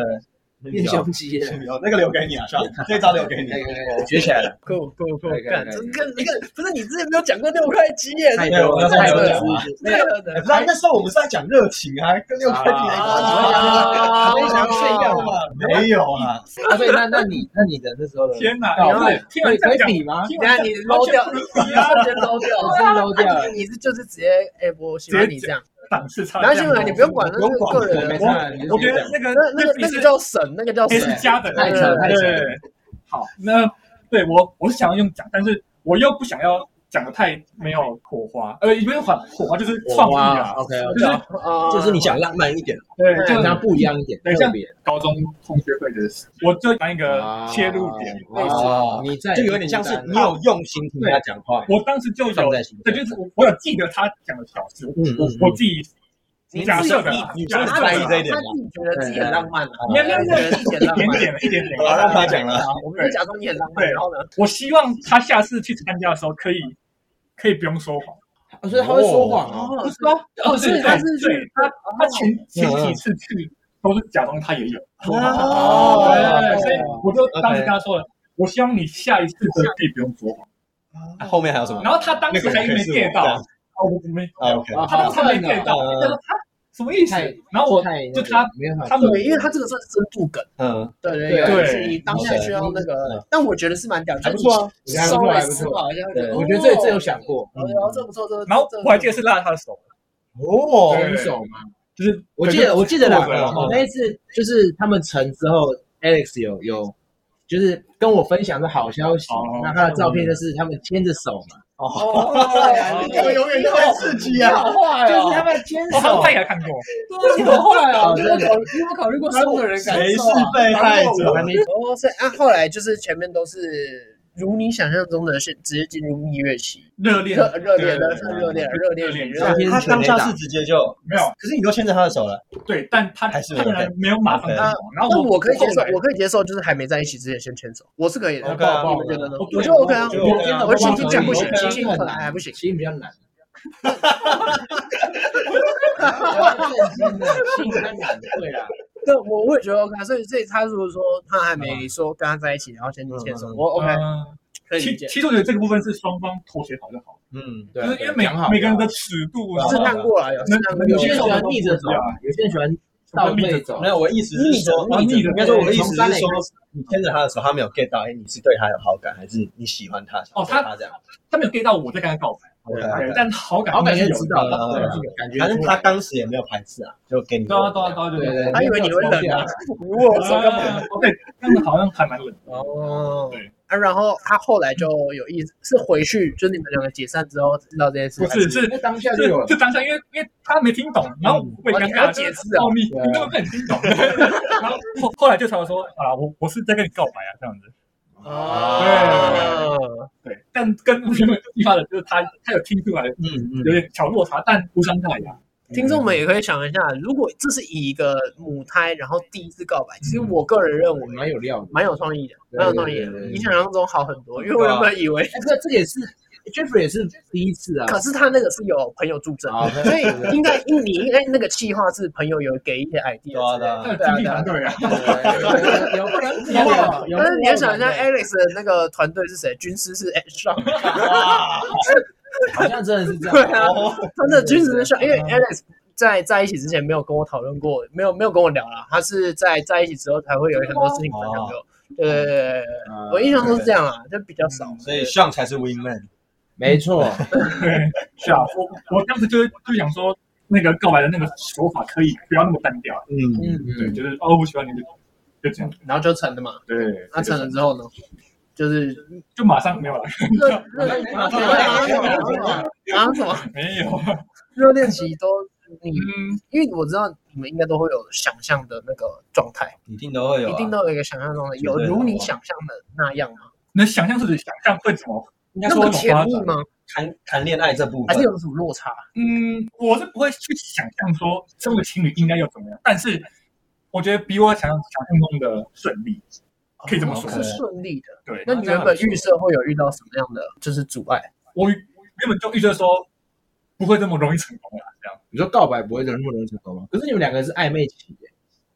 A: 对，
D: 练胸肌啊，
A: 那个留给你啊，是吧？这招留给你
D: 可以，可以可以我学起来了，
C: 够够够
D: 可以可，以
C: 干，
D: 可以
C: 这跟你看，不是你之前没有讲过六块几耶，
D: 太
A: 没有
D: 多
A: 那
D: 了
A: 时候
D: 太
A: 没有
D: 多了
A: 讲啊
D: 知识
C: 太恶的
A: 哎，不然那时候我们是在讲热情啊，跟六块地
C: 啊
A: 啊，没想炫耀嘛，没有啊，
D: 啊，所以那那你那你的那时候的，
B: <laughs> 天哪！
D: 搞
B: 你
D: 不
B: 会
D: 好
B: 听完
D: 可以
B: 这
D: 可
B: 样
D: 以
B: 讲，
D: 比吗？
B: 听
C: 等
B: 完
C: 一下你捞掉，
B: 完
C: 你
B: 全不一样
C: 瞬间捞掉，
D: 我真搂掉
C: 啊
D: 了，
C: 你你是就是直接，哎，我喜欢你这样，
B: 档次差。
C: 然后新闻你不用管，那是个人的
D: 没，差，你
B: 我觉得
D: 是
B: 那个
C: 那那个
B: 比
C: 那个叫神，那个叫
B: 也
C: 神
B: 是，加的，
D: 太扯太扯了，
B: 对，好，那对我我是想要用讲，但是我又不想要讲的太没有火花，呃，不是火火花，就是创意啊，
D: ，OK，
B: 就是
C: 啊，
A: 想浪漫一点，
B: 对，
C: 对
B: 就
D: 这
B: 是
D: 样不一样一点，
B: 对
D: 特别
B: 高中同学会的事，我就当一个切入点。
D: 哦，你在
A: 就有点像是你有用心听他讲话，
B: 我当时就
A: 放
B: 有，
A: 在心
B: 对，
A: 上。
B: 就是我我有记得他讲的小事，我
A: 嗯嗯
B: 我自己
C: 你
B: 假设的
C: 你
B: 啊，
A: 你
B: 假
A: 你
B: 设
A: 在意这
B: 的
A: 一点
C: 他
A: 吧
C: 自己觉得自己很浪漫啊，
B: 没有没有没有
C: 觉得自己很
B: 一
C: 浪
B: 点
C: 漫。
B: 点了，一点点
A: 好了，
B: 了。
A: 让他讲了。
C: 啊，我们就假装你很浪漫，
B: 对
C: 然后呢？
B: 我希望他下次去参加的时候，可以可以不用说谎。
D: 哦，所以他会说谎哦，
C: 哦，说哦，所以他是
B: 对
C: 去
B: 他他前前几次去都是假装他也有，
A: 哦
B: 对，所以我就当时跟他说了，我希望你下一次可以不用说谎。
A: 后面还有什么？
B: 然后他当时还没 get 到，哦，我没，
A: 啊，OK，
D: 啊
B: 他当时还没 get 到，他说他什么意思？然后我
D: 太
B: 就他
D: 没办法，
B: 他们
C: 对，因为他这个算是深度梗，
A: 嗯，
C: 对对
D: 对
C: 对，就是你当下需要那个，但我觉得是蛮屌，就是你
D: 啊，我觉得还
C: 稍
D: 不错，
C: 微
D: 还不
C: 思
D: 错，
C: 考一下，
A: 对
D: 我觉得这这有想过，
C: 哦，然后这不错，这
B: 然后我还记得是拉他的手，
A: 哦，
D: 分手嘛，
B: 就是
D: 我记得我记得啦，
B: 对对对
D: 我那一次就是他们成之后，Alex 有有就是跟我分享的好消息
B: 哦，
D: 那他的照片就是他们牵着手嘛，
C: 哦，
A: 这个永远都在刺激啊！
C: 好坏
D: 就是他
C: 哦，
D: 们牵
B: 我好
D: 手
B: 像，再也看过，
C: 你好坏哦，
D: 哦
C: 你有考虑，你有考虑过生的人感
A: 谁
C: 受
A: 是
C: 啊？
A: 被害
D: 我还
A: 者？
D: 没
C: 哦，所以啊，后来就是前面都是如你想象中的，是直接进入蜜月期，
B: 热恋
C: 热热恋的热恋热恋热恋，
A: 他当下是直接就
B: 没有，
A: 可是你都牵着他的手了，
B: 对，但他
A: 还是
B: 他仍然没有马上跟我，然后
C: 但我可以接
B: 哦后
C: 受
B: 来，
C: 我可以接受，就是还没在一起之前先牵手，我是可以的。
D: 哦
A: OK 啊
C: 你们觉得呢？
B: OK
C: 我觉得 OK 啊，
A: 我觉得
C: 我
A: OK 啊
C: 我亲近讲不行，
A: OK
C: 亲
A: 啊
C: 近可能还不行。
D: 亲比较难。哈哈哈哈哈！亲比较难，对啦，
C: 对，我我也觉得 OK 啊。所以，所以他如果说他还没说跟他在一起，然后先牵手
A: 嗯，嗯
C: 我 OK，
B: 嗯
C: 可以
B: 其
C: 理解，
B: 其实我觉得这个部分是双方妥协好就好，
A: 嗯，
D: 对啊，
B: 就是因为
D: 对
B: 每
D: 啊讲好
B: 每个人的尺度啊
A: 对
C: 试探过了，有试探过，
D: 有些人喜欢
B: 有
D: 逆着走啊，有些人喜欢倒退走
A: 没。有，我意思是说，哦
B: 逆着逆着
A: 应该说我的意思
D: 从三
A: 是
D: 垒
A: 说
D: 开，
A: 你牵着他的时候，他没有 get 到，哎，你是对他有好感，还是你喜欢他？想
B: 哦
A: 追
B: 他
A: 他这样，
B: 他没有 get 到我在跟他告白，
A: OK，
D: 对
A: OK
B: 但好感
D: 好感
B: 应该
D: 觉
B: 是有
D: 知
B: 的
D: 道了，
A: 对啊
D: 对啊感觉
A: 反
D: 出
A: 正
D: 来
A: 他当时也没有排斥啊，就给你
B: 对啊对啊对啊，
D: 对
B: 对
D: 对，
B: 啊
C: 他以为你会冷啊，你握我手干嘛？
B: 啊对，这样子好像还蛮冷的。
C: 哦
B: 对
C: 啊，然后他后来就有意思，是回去，就是你们两个解散之后知道这件事
B: 不
C: 还，
B: 是是
D: 那当下就有 <laughs>
B: 就就当下，因为因为他没听懂，然后我也尴
C: 哦你还要
B: 尬，
C: 解释啊
B: 哦，你
D: 对
B: 你
D: 啊
B: 根本不能听懂。 <laughs> 然后后后来就才会说啊，我我是在跟你告白啊，这样子。
A: 啊
C: 哦，
B: 啊对，但 <laughs> 跟嗯原本地方的就是他，他有听出来
A: 嗯嗯
B: 有点小落差，但无伤大雅。
C: 听众们也可以想一下，如果这是以一个母胎，然后第一次告白，
B: 嗯
C: 其实我个人认为
D: 蛮有料的。
C: 蛮有创意的，
D: 对
C: 蛮有创意
D: 对对
C: 的，
D: 对
C: 比想象中好很多。因为我原本以为，
D: 哎，这这个也是 Jeffrey 也是第一次啊，
C: 可是他那个是有朋友助阵，
D: 好 <laughs>
C: 所以应该应你应该那个计划是朋友有给一些 idea
A: 对
C: 之类的
A: 啊
B: 他有
A: 对
B: 经济团队啊，
D: <laughs> 有有不能有不能 <laughs> 有
C: 啊但是你要想一下
D: 哎，
C: ，Alex 的那个团队是谁？军师是 Sean，
B: <laughs>
A: 哇
D: 好像真的是这
C: 对
D: 样。
C: 啊，他的军师是 Sean，因为
D: 嗯
C: Alex 在在一起之前没有跟我讨论过，没有没有跟我聊啦，他是在在一起之后才会有很多事情分享给我。对对对对对对，
D: 啊
C: 我印象中是这样啊，就比较少。
A: 所以 Sean 才是 Win Man，
D: 没错，
B: 是啊，我我当时就是就想说，那个告白的那个手法可以不要那么单调，
A: 嗯，
D: 嗯
B: 对，就是哦，我不喜欢你就就这样，
C: 然后就成了嘛，
B: 对，
C: 那成了之后呢，就是
B: 就马上没有了，
C: 热热
D: 马上
C: 然后什么
B: 没有，
C: 热恋期都你，
B: 嗯，
C: 因为我知道你们应该都会有想象的那个状态。
A: 一定都会有啊，
C: 一定都有一个想象中的，有
A: 绝对的
C: 如你
A: 好不好
C: 想象的那样吗？
B: 你的想象是指想象会怎么？应该
C: 那
B: 说
C: 么
B: 怎么
C: 甜
B: 发展
C: 蜜？吗？
A: 谈谈恋爱这部
C: 还
A: 分
C: 是，有什么落差？
B: 嗯，我是不会去想象说这个情侣应该要怎么样，但是我觉得比我想想象中的顺利，可以这么说
C: 是顺利的。
B: 对。
C: 那你原本预设会有遇到什么样的就是阻碍？
B: 我原本就预测说不会这么容易成功啦，这样。
D: 你说告白不会那么容易成功吗？可是你们两个是暧昧期，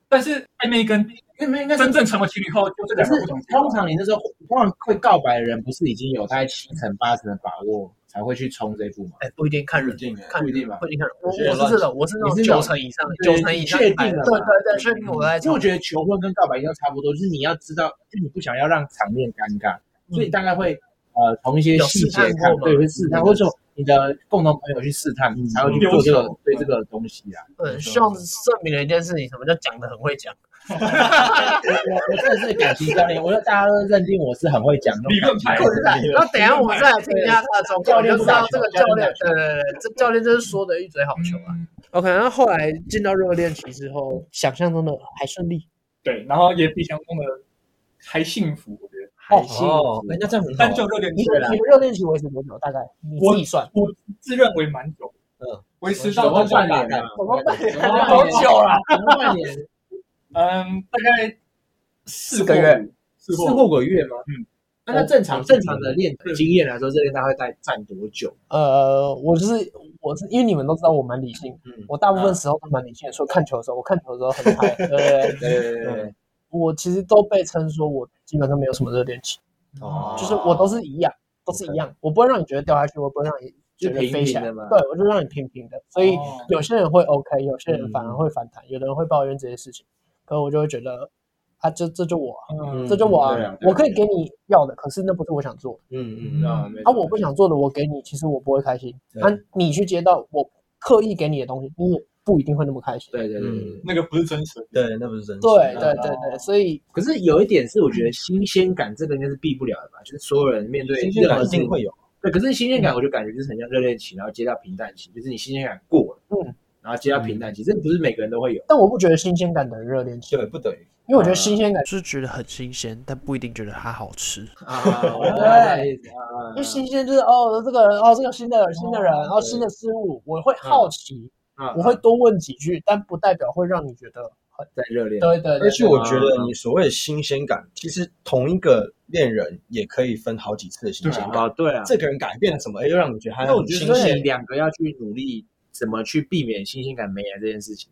B: 但是暧昧跟
D: 那没应该是
B: 真正成为情侣后，就是
D: 可
B: 两
D: 是
B: 个不同阶段
D: 通常你那时候通常会告白的人，不是已经有大概七成八成的把握才会去冲这一步吗？
C: 哎，不一定看
A: 不
C: 人
A: 一，定欸
C: 看
D: 不一定吧
C: 不一定看人。我
A: 有些人
C: 我是这种，我是那种
D: 你是那
C: 九
D: 种
C: 成以上，
D: 对
C: 九成以上
D: 确
C: 哎
D: 定了
C: 对
D: 嘛
C: 对对，确定我在
D: 所以
C: 讲
D: 我。觉得求婚跟告白应该差不多，就是你要知道，就你不想要让场面尴尬，
B: 嗯
D: 所以大概会呃从一些细节
C: 有试探
D: 看
C: 过，吗
D: 对，会试探，或者说你的共同朋友去试探，你才会去做这个对这个东西啊。
C: 嗯，希望证明了一件事情，什么叫讲的很会讲？
D: 我我我真的是感情教练，我要大家都认定我是很会讲的
B: 理论派
C: 对对然后等一下我们再来听一下他的状况，
D: 对
C: 你就知道这个教练
D: 教练，
C: 对对对，这教练真是说的一嘴好球啊。
B: 嗯
C: OK，那后来进到热恋期之后，嗯想象中的还顺利，
B: 对，然后也比想象中的还幸福，我觉得。
C: 还
A: 哦，哎那这样很好
B: 但
A: 啊，
B: 就热恋
C: 你
B: 期
C: 的
B: 啦，
C: 你的热恋期维持多久？大概你自己算，
B: 我自认为蛮久，
A: 嗯，
B: 维持
D: 怎
B: 到
D: 么
B: 大
D: 半
B: 概啊
D: 年啊？
C: 怎么办？
D: 好久
C: 了，
D: 怎么半年？
B: 嗯，大概四
C: 个月，
B: 四
D: 四
B: 或五
D: 或五月吗？
B: 嗯
D: 嗯，那他正常正常的练经验来说，热恋大概在站多久？
C: 呃，我就是我是因为你们都知道我蛮理性，
A: 嗯
C: 我大部分时候都蛮理性的，说看球的时候，我看球的时候很嗨，对不对？
D: 对对对对，
C: 我其实都被称说我基本上没有什么热恋期，
A: 哦
C: 就是我都是一样，都是一样，我不会让你觉得掉下去，我不会让你觉
D: 就
C: 得
D: 平
C: 飞起
D: 平
C: 来，
D: 的嘛。
C: 对我就让你平平的，所以
B: 哦
C: 有些人会 OK，有些人反而
A: 嗯
C: 会反弹，有的人会抱怨这些事情，可我就会觉得啊，这这就我啊、
B: 嗯
C: 这就我啊，
D: 对啊对啊
C: 我可以给你要的，可是那不是我想做的。
A: 嗯嗯
D: 啊，没
C: 啊，
D: 错
C: 我不想做的，我给你，其实我不会开心。
A: 对
C: 啊，你去接到我刻意给你的东西，你也不一定会那么开心。
D: 对对对对。
A: 嗯，
B: 那个不是真实，
A: 对，那不是真实，
C: 对
D: 啊
C: 对对对，所以
D: 可是有一点是，我觉得新鲜感这个应该是避不了的吧，就是所有人面对
A: 新鲜
D: 任
A: 感
D: 何
A: 一
D: 事情
A: 定会有，
D: 对。可是新鲜感，我就感觉就是很像热恋期，然后接到平淡期，就是你新鲜感过了，
C: 嗯，
D: 然后接到平淡期，这不是每个人都会有。
C: 但我不觉得新鲜感等于热恋期，
A: 对，不等于，
C: 因为我觉得
D: 啊
C: 新鲜感就是觉得很新鲜，但不一定觉得它好吃。
D: 啊，
C: 对因为
D: 对
C: 新鲜就是哦，这个人哦，这个新的人，新的人，然
D: 哦
C: 后新的事物，我会好
D: 嗯
C: 奇，我会多问几句，但不代表会让你觉得很
D: 在热恋，
C: 对对
A: 而
C: 对。
A: 且我觉
C: 嗯
A: 得你所谓的新鲜感，其实同一个恋人也可以分好几次的新鲜感，
D: 啊，对啊。
A: 这个人改变了什么，哎，又让你觉得他
D: 那我
A: 很
D: 觉
A: 新
D: 得说你
A: 鲜。
D: 两个要去努力，怎么去避免新鲜感没来这件事情。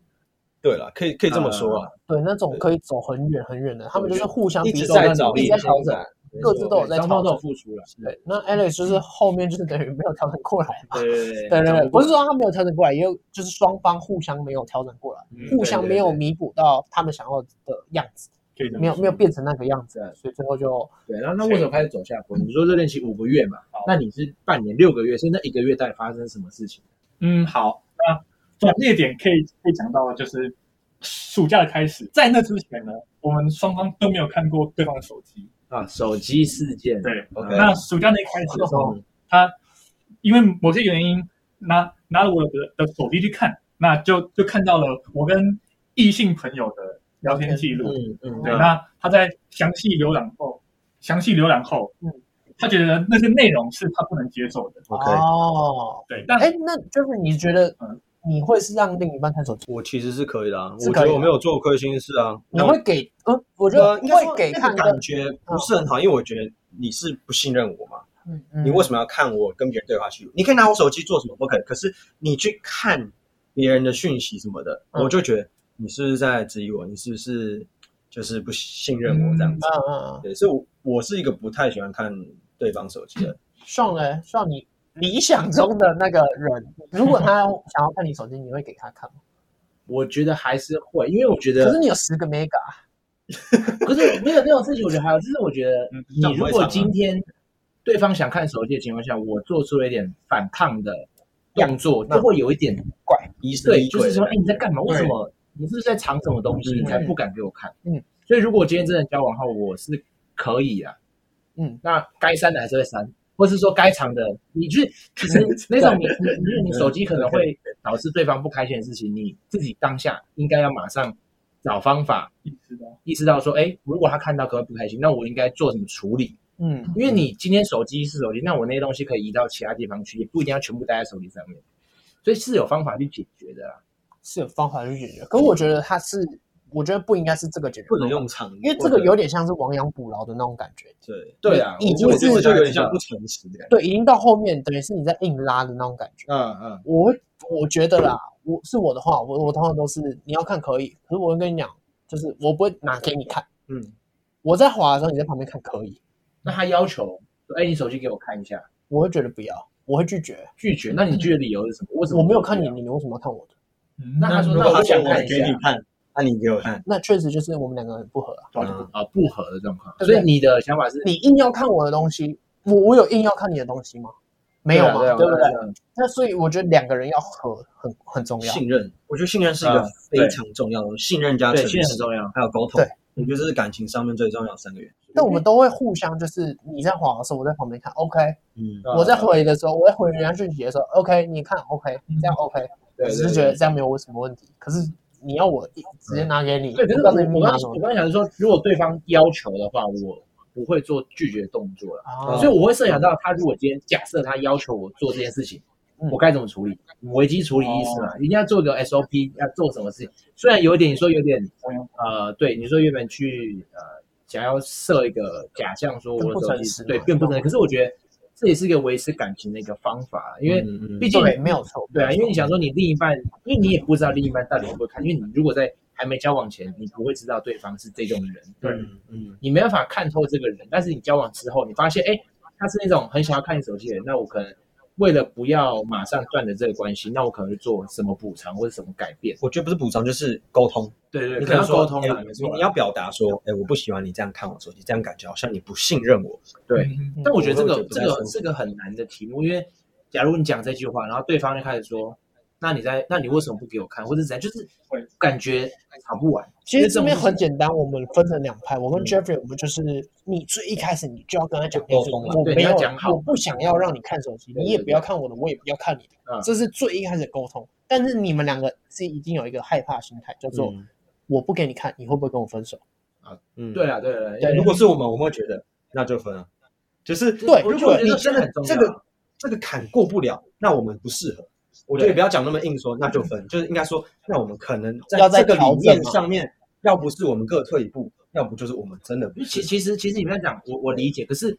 A: 对了，可以可以这么说啊，
C: 对，那种可以走很远很远的，他们就是互相
A: 一
C: 嗯彼
A: 直
C: 此都
A: 在
C: 在
A: 找
C: 一直在调
A: 新鲜
C: 整
A: 感，
C: 各自都有在
D: 双
C: 调
D: 方都有
C: 整。
D: 付出了。
C: 对，那 Alex 就是后面就是等于没有调整过来嘛。
D: <laughs> 对对
C: 对对对，不
D: 是
C: 是说他没有调整过来，也有就是双方互相没有调整过来，
B: 嗯
C: 互相没有弥补到他们想要的样子，
A: 可
B: 嗯
A: 以这么
C: 没有
A: 说
C: 没有变成那个样
D: 对
C: 子，所以最后就
D: 对。然后那为什么开始走下坡？你说热恋期五个月嘛
B: 好，
D: 那你是半年六个月，所以那一个月到底发生什么事情？
B: 嗯，好，那转捩点可以可以讲到就是暑假的开始，在那之前呢，我们双方都没有看过对方的手机。
D: 啊，手机事件。
B: 对
D: OK
B: 那暑假那一开始的时候，他因为某些原因拿拿了我的的手机去看，那就就看到了我跟异性朋友的聊天记录。
D: 嗯嗯，
B: 对，
A: 嗯
B: 那他在详细浏览后，详细浏览后，
C: 嗯
B: 他觉得那些内容是他不能接受的。
A: OK，
C: 哦，
B: 对，但
C: 哎，那就是你觉得
B: 嗯
C: 你会是让另一半看手机？
A: 我其实是可以的啊，我
C: 是
A: 觉
C: 可以的
A: 得我没有做亏心事啊。
C: 你会给嗯，我觉
A: 呃
C: 得
A: 应该
C: 会
A: 说
C: 给
A: 那
C: 看
A: 个
C: 的，
A: 感觉不是很好，因为我觉得你是不信任我嘛，
C: 嗯嗯
A: 你为什么要看我跟别人对话记录？你可以拿我手机做什么都可以，可是你去看别人的讯息什么的，
C: 嗯
A: 我就觉得你是不是在质疑我？你是不是就是不信任我这样子？
C: 嗯嗯嗯，
A: 对，所以我我是一个不太喜欢看对方手机的人。
C: 上嘞，上你理想中的那个人，如果他想要看你手机，你会给他看吗？
D: 我觉得还是会，因为我觉
C: 可
D: 得
C: 是你有十个 mega，啊
D: 可是没有这种事情，我觉得还有就是，我觉得
B: 嗯
D: 你如果今天对方想看手机的情况下，我做出了一点反抗的动作，
C: 那
D: 就会有一点
A: 疑神
D: 对，
A: 疑
D: 就
A: 鬼
D: 是
A: 的
D: 说，
A: 感
D: 哎，
A: 觉，
D: 你在干嘛？为什
B: 对
D: 么你是不是在藏什么东西，
A: 嗯
D: 你才不敢给我看？
C: 嗯，
D: 所以如果今天真的交往后，我是可以啊，
C: 嗯，
D: 那该删的还是会删，或是说该藏的，你就是其实那种你你你你手机可能会导致对方不开心的事情，你自己当下应该要马上找方法
B: 意识到
D: 意识到说，哎，如果他看到可能会不开心，那我应该做什么处理？
C: 嗯，
D: 因为你今天手机是手机，那我那些东西可以移到其他地方去，也不一定要全部待在手机上面，所以是有方法去解决的啦。
C: 是有方法去解决。可是我觉得他是，我觉得不应该是这个解决，
A: 不能，用长，
C: 因为这个有点像是亡羊补牢的那种感觉。
A: 对
D: 对啊，
C: 已
A: 我
C: 经
A: 我
D: 我
A: 觉
D: 觉
A: 得就有点
D: 得就有点
A: 像
D: 像
A: 不，诚实的感觉。
C: 对，已经到后面，等于是你在硬拉的那种感觉。
D: 嗯嗯，
C: 我会，我觉得啦，我是我的话，我我通常都是你要看可以，可是我会跟你讲，就是我不会拿给你看，
A: 嗯，
C: 我在滑的时候你在旁边看可以，
D: 那他要求说，哎，你手机给我看一下，
C: 我会觉得不要，我会拒绝。
D: 拒绝，那你拒绝的理由是什么？为什么啊
C: 我没有看你，？你为什么要看我的？
B: 嗯
D: 那他说
A: 如
B: 如
A: 果
D: 那
B: 果
D: 我
A: 他
D: 想
A: 说我
D: 看一
A: 给你
D: 下
A: 看，那你给我看，
C: 那确实就是我们两个很不合啊。
A: 嗯
D: 啊，不合的状况。
C: 对
D: 所以你的想法是
C: 你硬要看我的东西，我我有硬要看你的东西吗？没有嘛，
D: 对啊
C: 对不对？
D: 啊啊
C: 那所以我觉得两个人要合很很重要。
A: 信任，我觉得信任是一个
D: 嗯
A: 非常重要的，信任加
D: 对，
A: 诚
D: 信
A: 实
D: 任，啊很重要。
A: 还有沟通
C: 对，
A: 我觉得这是感情上面最重要的三个元素。
C: 但我们都会互相，就是你在滑的时候，我在旁边看，OK；
A: 嗯，
D: 啊
C: 我在回的时候，我在回人家讯息的时候，OK，你看，OK，这样 OK。
D: 嗯对
C: 我
D: 对
C: 只是
D: 对嗯
C: 觉得这样没有什么问题。可是你要我一直接拿给你，
D: 对，可是
C: 我
D: 我
C: 告诉你
D: 我
C: 拿
D: 刚
C: 什么
D: 我刚想说，如果对方要求的话，我不会做拒绝动作了，
C: 啊，
D: 所以我会设想到他如果今天假设他要求我做这件事情，
C: 嗯哦
D: 我该怎么处理？危机处理意识嘛，一定要做个 SOP，要做什么事情？虽然有一点你说有点
C: 嗯
D: 呃，对，你说原本去呃想要设一个假象，说我
C: 更不
D: 的手
C: 诚实
D: 机对
C: 嘛嗯
D: 并不能，可是我觉得这也是一个维持感情的一个方法，啊因为
A: 嗯嗯
D: 毕竟
C: 对，没有错，
D: 对啊，因为你想说你另一半，因为你也不知道另一半到底会不会看，因为你如果在还没交往前，你不会知道对方是这种人，
B: 对
A: 嗯嗯，
D: 你没办法看透这个人。但是你交往之后，你发现，哎，他是那种很想要看你手机的人，那我可能为了不要马上断了这个关系，那我可能就做什么补偿或者什么改变。
A: 我觉得不是补偿就是沟通，
D: 对对，
A: 你
D: 可能要
A: 说
D: 沟通
A: 哎
D: 了，没错
A: 你
D: 啦。
A: 你要表达说，哎，我不喜欢你这样看我手机，这样感觉好像你不信任我。
D: 对
B: 嗯
D: 但我觉得这
A: 我会觉
D: 个
A: 得不
D: 这
A: 太舒
D: 个
A: 服
D: 是个很难的题目，因为假如你讲这句话，然后对方就开始说，那你在，那你为什么不给我看，或者怎样，就是
B: 会
D: 感觉吵不完。
C: 其实这边很简单，我们分成两派。我跟 Jeffrey，我们就是你最一开始你就要跟他讲清楚，
A: 沟通啦
C: 我
D: 对
C: 没
D: 你
C: 有
D: 要讲，好
C: 我不想要让你看手机，
D: 对对
C: 你也不要看我的，我也不要看你的
D: 嗯，
C: 这是最一开始的沟通。但是你们两个是已经有一个害怕心态，叫做
A: 嗯
C: 我不给你看，你会不会跟我分手？
A: 嗯，
D: 对啊，对啊，
C: 对
A: 如果是我们，我们会觉得那就分啊，就是
C: 对
D: 我
A: 如
D: 就
A: 果
D: 觉
A: 你
D: 得
A: 真的
D: 很重
A: 这
D: 要啊
A: 个这个坎过不了，那我们不适合。我觉得也不要讲那么硬说，那就分，就是应该说，那我们可能
C: 要
A: 在
C: 再
A: 这个
C: 调
A: 理
C: 整
A: 念
C: 嘛
A: 上面，要不是我们各退一步，要不就是我们真的不
D: 因为其
A: 是。
D: 其实其实你们在讲，我我理解，可是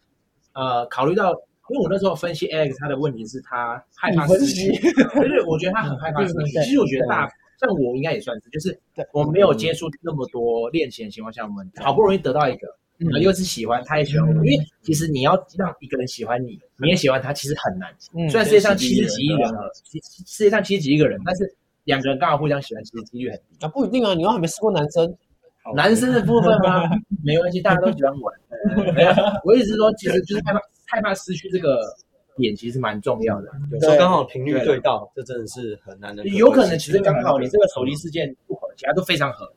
D: 呃，考虑到，因为我那时候分析 Alex 他的问题是他害怕
C: 你
D: 失
C: 分
D: 去，
C: <laughs> 析
D: 就是我觉得他很害怕失
C: 嗯
D: 去。
C: 对
D: 其实我觉得大像我应该也算是，就是
C: 对
D: 我没有接触那么多恋情的情况下，我们好不容易得到一个，
C: 嗯
D: 然后又是喜欢，他也喜欢我们，因为其实你要让一个人喜欢你，你也喜欢他，其实很难。
C: 嗯
D: 虽然世界上七十几亿人了，世世界上七十几亿个人，但是两个人刚好互相喜欢，其实几率很低。
C: 啊，不一定啊，你又还没试过男生，
D: 男生的部分吗？没关系，大家都喜欢我。对没有我一直说，其实就是害怕害怕失去这个点，其实蛮重要的。
A: 有时候刚好频率对到，这真的是很难的。
D: 有可能其实刚好你这个手机事件不合，其他都非常合。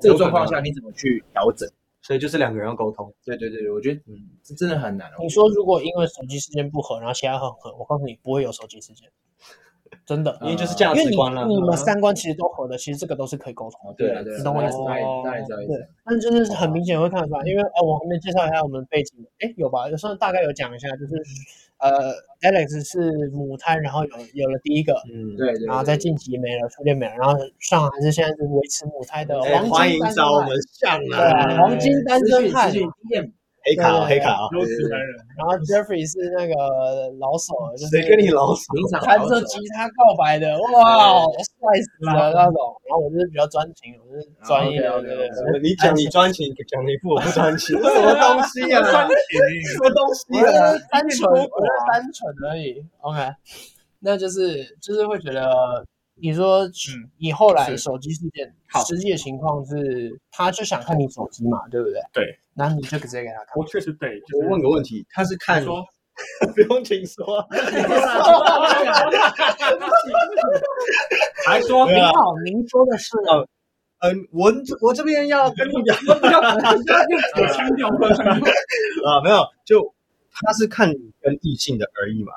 D: 这个状况下你怎么去调整？
A: 所以就是两个人要沟通。
D: 对对对，对我觉得嗯，这真的很难哦。
C: 你说如果因为手机事件不合，然后其他很合，我告诉你不会有手机事件，真的，
A: 因为就是嗯价
C: 啊因为
A: 值
C: 你
A: 观了。
C: 你们三观其实都合的，其实这个都是可以沟通的。
D: 对啊对啊，
C: 你懂我意思
D: 当
C: 吗
D: 然当然知道意思。
C: 但真的是很明显会看得出来，因为呃，我还没介绍一下我们背景，哎，有吧？有时候大概有讲一下，就是呃，Alex 是母胎，然后有有了第一个，
A: 嗯，
D: 对对对，
C: 然后在晋级没了，初恋没了，然后上还是现在是维持母胎的
A: 哎
C: 黄
A: 欢
C: 金
A: 迎
C: 单身
A: 找我
C: 汉
A: 们，上
C: 对啊，
A: 来。
C: 黄金单身汉
D: 资。讯经验
A: 黑卡哦，黑卡哦，
B: 优质男
D: <laughs>
B: 人，
C: 然后 Jeffrey 是那个老手，就是
A: 谁跟你老手？啊
D: 平常
C: 弹着吉他告白的，哇，帅死了那种。然后我就是比较专情，我就是专业
A: 啊
C: 的，
D: OK，OK，OK
C: 对对对。
A: 你讲你专情，讲你不我不专情，什么东西啊？
B: 专情，
A: 什么东西
C: 我是
A: 啊？
C: 单纯，我是单纯而已。OK，那就是就是会觉得，你说你后来
B: 是
C: 手机事件，实际的情况是，他就想看你手机嘛，对不对？
B: 对。
C: 然后你就直接给他看。
B: 我确实对，就
A: 我
B: 是 <laughs>
A: 问个问题，他是看
B: 说
A: <laughs> 不用请说，
B: 还说
A: 对
C: 您
A: 啊
C: 好，您说的是
A: 嗯，我我这边要跟你讲
B: 有腔调，不能腔调
A: 啊，没有，就他是看你跟异性的而已嘛。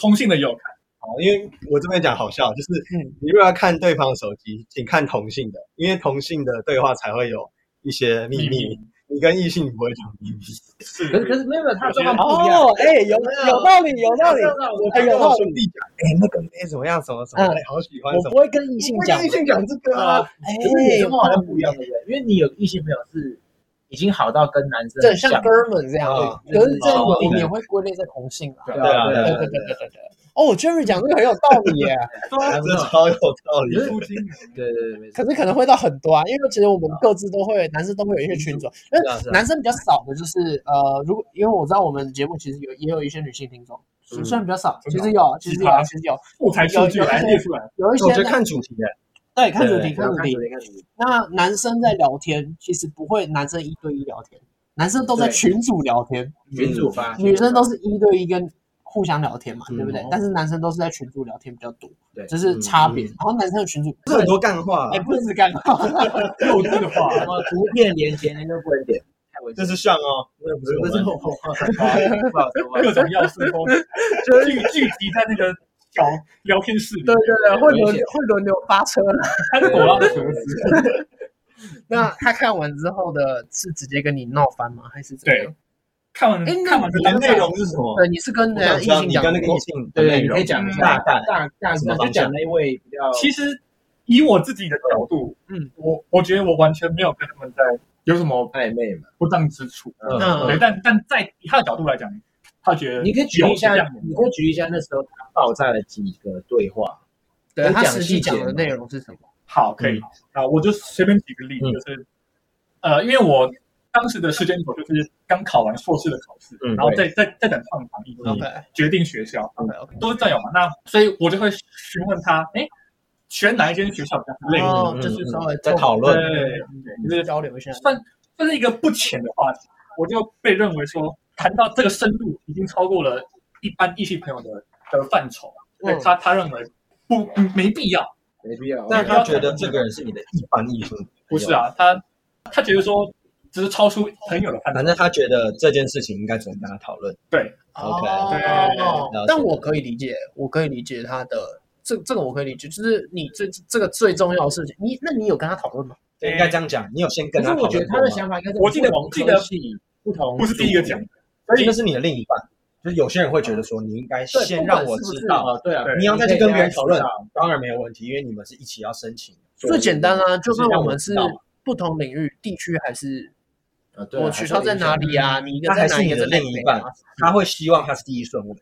B: 同性的也有看，
A: 好，因为我这边讲好笑，就是
C: 嗯
A: 你如果要看对方的手机，请看同性的，因为同性的对话才会有一些秘密
B: 秘。
A: 你跟异性不会讲秘密，
B: 是
D: 可是可是没有没有，他的状况不一样。
C: 哦，哎，有有道理，有道理。
A: 我
C: 哎
A: 跟
C: 有道
A: 我
C: 理
A: 兄弟讲，哎，那个妹怎么样，怎么怎么，
C: 嗯
A: 哎，好喜欢
C: 我
A: 什
C: 不
A: 么。
C: 会跟异性讲
A: 我跟异，性讲这个啊，
C: 哎，
D: 可是你的状况好像不一样，对不对？因为你有异性朋友是已经好到跟男生
C: 对，
D: 很
C: 像哥们这样啊，
D: 对
C: 可是这
A: 哦
C: 我们
A: 对
C: 也会归类在同性啊。
D: 对
A: 对啊
D: 啊对
C: 对
D: 啊
C: 对
D: 对
C: 对对对对。哦，Jerry 讲这个很有道理耶，
B: 说
A: 这超有哎道理的。
B: 出金，
D: 对对对，没错
C: 可。是可能会到很多啊，因为其实我们各自都会，男生都会有一些群组，因
A: 是啊是
C: 为
A: 啊
C: 男生比较少的就是呃，如果因为我知道我们节目其实有也有一些女性听众，虽
A: 嗯
C: 然比较少，
B: 真
C: 其
B: 的
C: 实有，其实有
B: 奇
C: 啊
B: 葩，
C: 其实有，
B: 素材数据来列出来，
C: 有一些
A: 我觉得
C: 那
A: 看主题的，
C: 对看主题
A: 对
C: 看主题。
D: 啊看主题，
C: 那男生在聊天，其实不会男生一对一聊天，男生都在
D: 对
C: 群组聊天，
A: 嗯
D: 群主发，
C: 女生都是一对一跟互相聊天嘛，对不对
B: 嗯？
C: 但是男生都是在群组聊天比较多，
D: 对
C: 这是差
A: 嗯
C: 别。然后男生的群组
A: 这很多干话啊
C: 哎，，不是干话，
B: 幼稚的话，
D: 什么图片连接那个不能点，太危
A: 这
D: 险。
A: 是像哦，那不是
D: 不
A: 我
D: 是
A: 们
D: 我，不好意思不好说。
A: <laughs>
B: 各种要素都聚聚集在那个小聊天室里，
C: 对对对，会轮
D: 危
C: 流会轮流发车了。
B: 他是狗拉的盒子，
C: 那他看完之后的是直接跟你闹翻吗？还是怎么样？
B: 看完
C: 哎那
B: 看完这
A: 你的
B: 当
A: 内
B: 下，
A: 容是什么？
C: 对，你是跟
A: 我想
C: 人家
A: 知
C: 异
A: 道
C: 性
A: 你
C: 讲
A: 跟那个
C: 内
A: 啊
C: 容
A: 异性的
D: 对
A: 内
D: 对，你
A: 容
D: 可以讲一
A: 大
D: 下
A: 概
D: 大大
A: 什么
D: 就
A: 方向
D: 讲那一位比较
B: 其实以我自己的角度，
C: 嗯，
B: 我我觉得我完全没有跟他们在有什么
D: 暧昧嘛。
B: 不当之处，
C: 嗯
B: 对，但但在以他的角度来讲，他
A: 嗯
B: 觉得
D: 你可以举一下
B: 有这样的，
D: 你可以举一下那时候他爆炸了几个对话。
C: 对
D: 可以
C: 他
D: 讲
C: 实
D: 细
C: 际
D: 节
C: 讲的
D: 吗
C: 内容是什么？
B: 好，
C: 嗯
B: 可以。啊，我就随便举个例，
D: 嗯
B: 就是，呃，因为我当时的时间轴就是刚考完硕士的考试，
A: 嗯
B: 然后再再再等放榜以及
C: OK
B: 决定学校，
C: OK OK。
B: 都是战友嘛。那所以我就会询问他，哎，选哪一间学校比较累？
C: 哦
A: 嗯，
C: 就是
A: 嗯
C: 稍微
A: 在
C: 透
A: 讨
B: 对
A: 论
B: 对对对，就是
C: 交流一下。
B: 算算是一个不浅的话题，我就被认为说谈到这个深度已经超过了一般异性朋友的的范畴了。对
C: 嗯
B: 他，他认为不没必要。
D: 没必要。
A: 但他觉得这个人是你的一般艺术，
B: 不是，啊，他他觉得说只是超出朋友的判断
A: 反，正他觉得这件事情应该只能跟他讨论。
B: 对，
A: OK，
C: 哦
B: 对对对
A: 解
C: 但我可以理解，我可以理解他的这这个我可以理解，就是你最这个最重要的事情，你那你有跟他讨论吗？
A: 对应该这样讲，你有先
D: 可
A: 跟
D: 是
A: 他讨
D: 我觉
A: 论
D: 得他的
A: 过吗？
D: 想法应该是
B: 我记得
D: 不同
B: 记得
D: 科系不同，
B: 不是第一个讲的。
A: 所以那是你的另一半，就是有些人会觉得说你应该
D: 对，
A: 先
D: 不管
A: 让我
D: 是不
A: 知
D: 是
A: 道，
D: 哦对啊
B: 对，
A: 你要再去跟别人讨论
D: 你可以让，
A: 当然没有问题，因为你们是一起要申请。
C: 最简单啊，
A: 就
C: 就
A: 是
C: 算
A: 让
C: 我
A: 我
C: 们
A: 知
C: 是
A: 道
C: 不同领域、地区还是
D: 啊对啊
C: 我取消在哪里啊？你一个
A: 他
C: 在
A: 还
C: 哪，
A: 是
C: 一
A: 你
C: 个
A: 的
C: 在哪
A: 另一半
C: 啊？，
A: 他会希望他是第一顺位。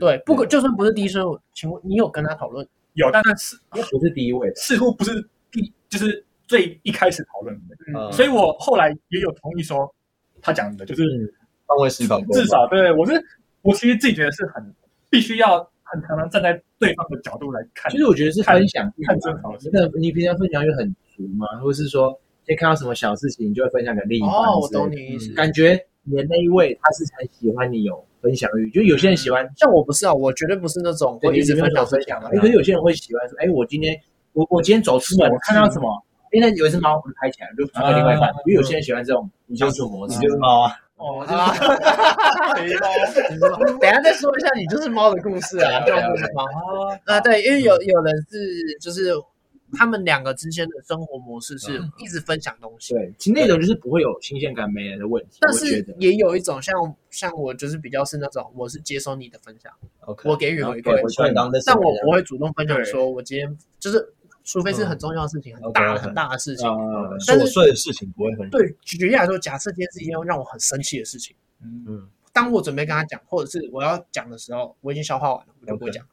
C: 对，不管
D: 对
C: 就算不是第一声，我请问你有跟他讨论？
B: 有，但但似
D: 因为不是第一位的，
B: 似乎不是第就是最一开始讨论的，
A: 嗯
B: 所以我后来也有同意说，他讲的，就是
C: 嗯
A: 换位思考过吗，
B: 至少对我是我其实自己觉得是很必须要很常常站在对方的角度来看。
D: 其实我觉得是分享欲吧
B: 看正常是
D: 那你平常分享欲很足吗？或是说，先看到什么小事情，你就会分享给另一半之类的？嗯
C: 哦，我懂你意思。
D: 感觉你的那一位他是很喜欢你有分享欲，就有些人喜欢，
C: 像我不是啊，我绝对不是那种
D: 对
C: 会一直
D: 你没
C: 分
D: 有
C: 享
D: 分
C: 分享的
A: 嗯
D: 哎，可是有些人会喜欢说，哎，我今天我我今天走出门，我看到什么，因为有一只猫，我就拍起来，我就传给另外一半
B: 啊。
D: 因为有些人喜欢这种
A: 你
D: 相
A: 就
D: 处模
A: 你
D: 式，
A: 就是猫啊，
C: 哦。啊 <laughs> 等一下再说一下你就是猫的故事啊，
D: 对啊
C: 就是猫啊，对，因为
D: 嗯
C: 有有人是就是他们两个之间的生活模式是一直分享东西，
D: 嗯对，其实那种就是不会有新鲜感、没人的问题。
C: 但
D: 我觉
C: 是
D: 得
C: 也有一种像像我就是比较是那种我是接收你的分享，
A: 嗯 OK，
C: 我给予回
A: 对
C: 馈
A: 我，喜欢当这，
C: 但我不会主动分享
B: 对
C: 说我今天就是除非是
D: 嗯
C: 很重要的事情、很大
A: OK，OK
C: 很大的事情。
D: 呃，
C: 但是
A: 琐碎的事情不会分享，
C: 对，举例来说，假设今天是一件让我很生气的事情，
B: 嗯，
A: 嗯，
C: 当我准备跟他讲，或者是我要讲的时候，我已经消化完了，我就不会
A: OK
C: 讲。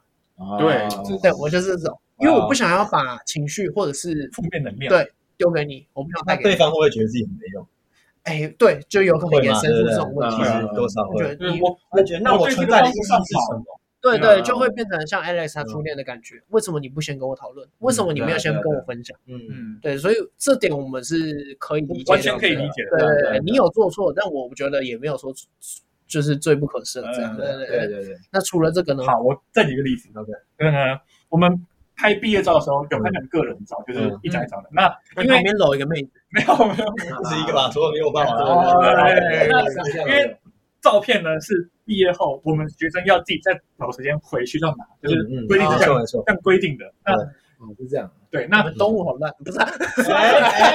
B: 对
D: 哦
B: 就是
C: 对我就是这种，因为我不想要把情绪或者是
B: 负面能量，
C: 对丢给你，我不想
A: 那
C: 带给
A: 对
C: 你。
A: 方会不会觉得自己很没用？
C: 哎，对，就有可能
A: 会
C: 衍
A: 吗？
C: 生
A: 对不对
C: 出这种问题
A: 其。
D: 嗯
A: 实多少会。
C: 我觉
A: 嗯
C: 得
B: 对
C: 你
B: 我
A: 我觉得那我存在的意义是什么？
C: 对
B: 对
C: 对，
B: 啊
C: 就会变成像 Alex 他
A: 嗯
C: 初恋的感觉。为什么你不先跟我讨论？为什么你没
A: 啊
C: 有先跟我分享？
A: 嗯，
B: 嗯，
C: 对，所以这点我们是可以理解的，
B: 完全可以理解
C: 对。
B: 的。
C: 对对
D: 对
C: 对，你有做错，但我觉得也没有说就是罪不可赦这样。
B: 嗯
C: 对对
D: 对
C: 对。
D: 对对，
C: 那除了这个呢？
B: 好，我再举个例子，
A: OK
B: 就是呢，嗯我们拍毕业照的时候有拍两个人照，就是一张一张的。那因为
C: 嗯旁边搂一个妹子，哎
B: 没有没有
C: <laughs>
A: 不是一个吧？所有没有办法。
B: 哦对
D: 那
B: 因为照片呢，是毕业后我们学生要自己再找时间回去要拿，就是
A: 嗯
B: 规定是
A: 没
C: 啊
B: 这样
A: 错没错。
B: 这样规定的。那
D: 哦是这样，
B: 对，
C: 我
B: 那
C: 们东物好烂，不是啊？啊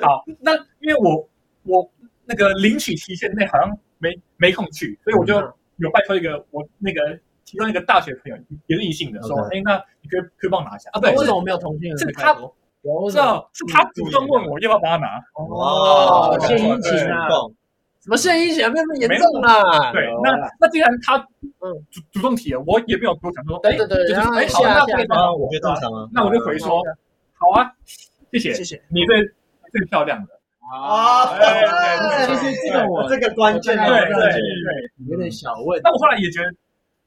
B: 好，那因为我我那个领取期限内好像没没空去，所以我就
A: 嗯
B: 有拜托一个我那个其中一个大学朋友也是异性的，说，哎
A: OK，
B: 那你可以可以帮我拿一下啊？对，
C: 为
B: 是
C: 什么没有同性恋？
B: 是他
D: 有
B: 是哦是他主动问我要不要帮他拿。
C: 嗯
A: 哦，
C: 献殷
B: 勤
D: 啊
C: 什么现疫情啊没有那么严重啦？
B: 对
D: 有，
B: 那
D: 啦
B: 那既然他
C: 嗯
B: 主主动提了，我也没有多想说，
C: 对
B: 哎，
C: 对对
B: 就是
C: 然后
B: 哎，好，
C: 下
B: 那
C: 下嗯
B: 可以帮
A: 啊，
B: 忙
A: 我觉得正常啊。
B: 那我就回说，好啊，谢谢
C: 谢，谢。
B: 你最最漂亮的。
A: 啊，
C: <laughs>
B: 哎
D: 其实这个
A: <laughs>
D: 我
A: 这个关键
B: 对
A: 啊，
B: 对
A: 这个关键
B: 对，
D: 有点小问，
B: 那我后来也觉得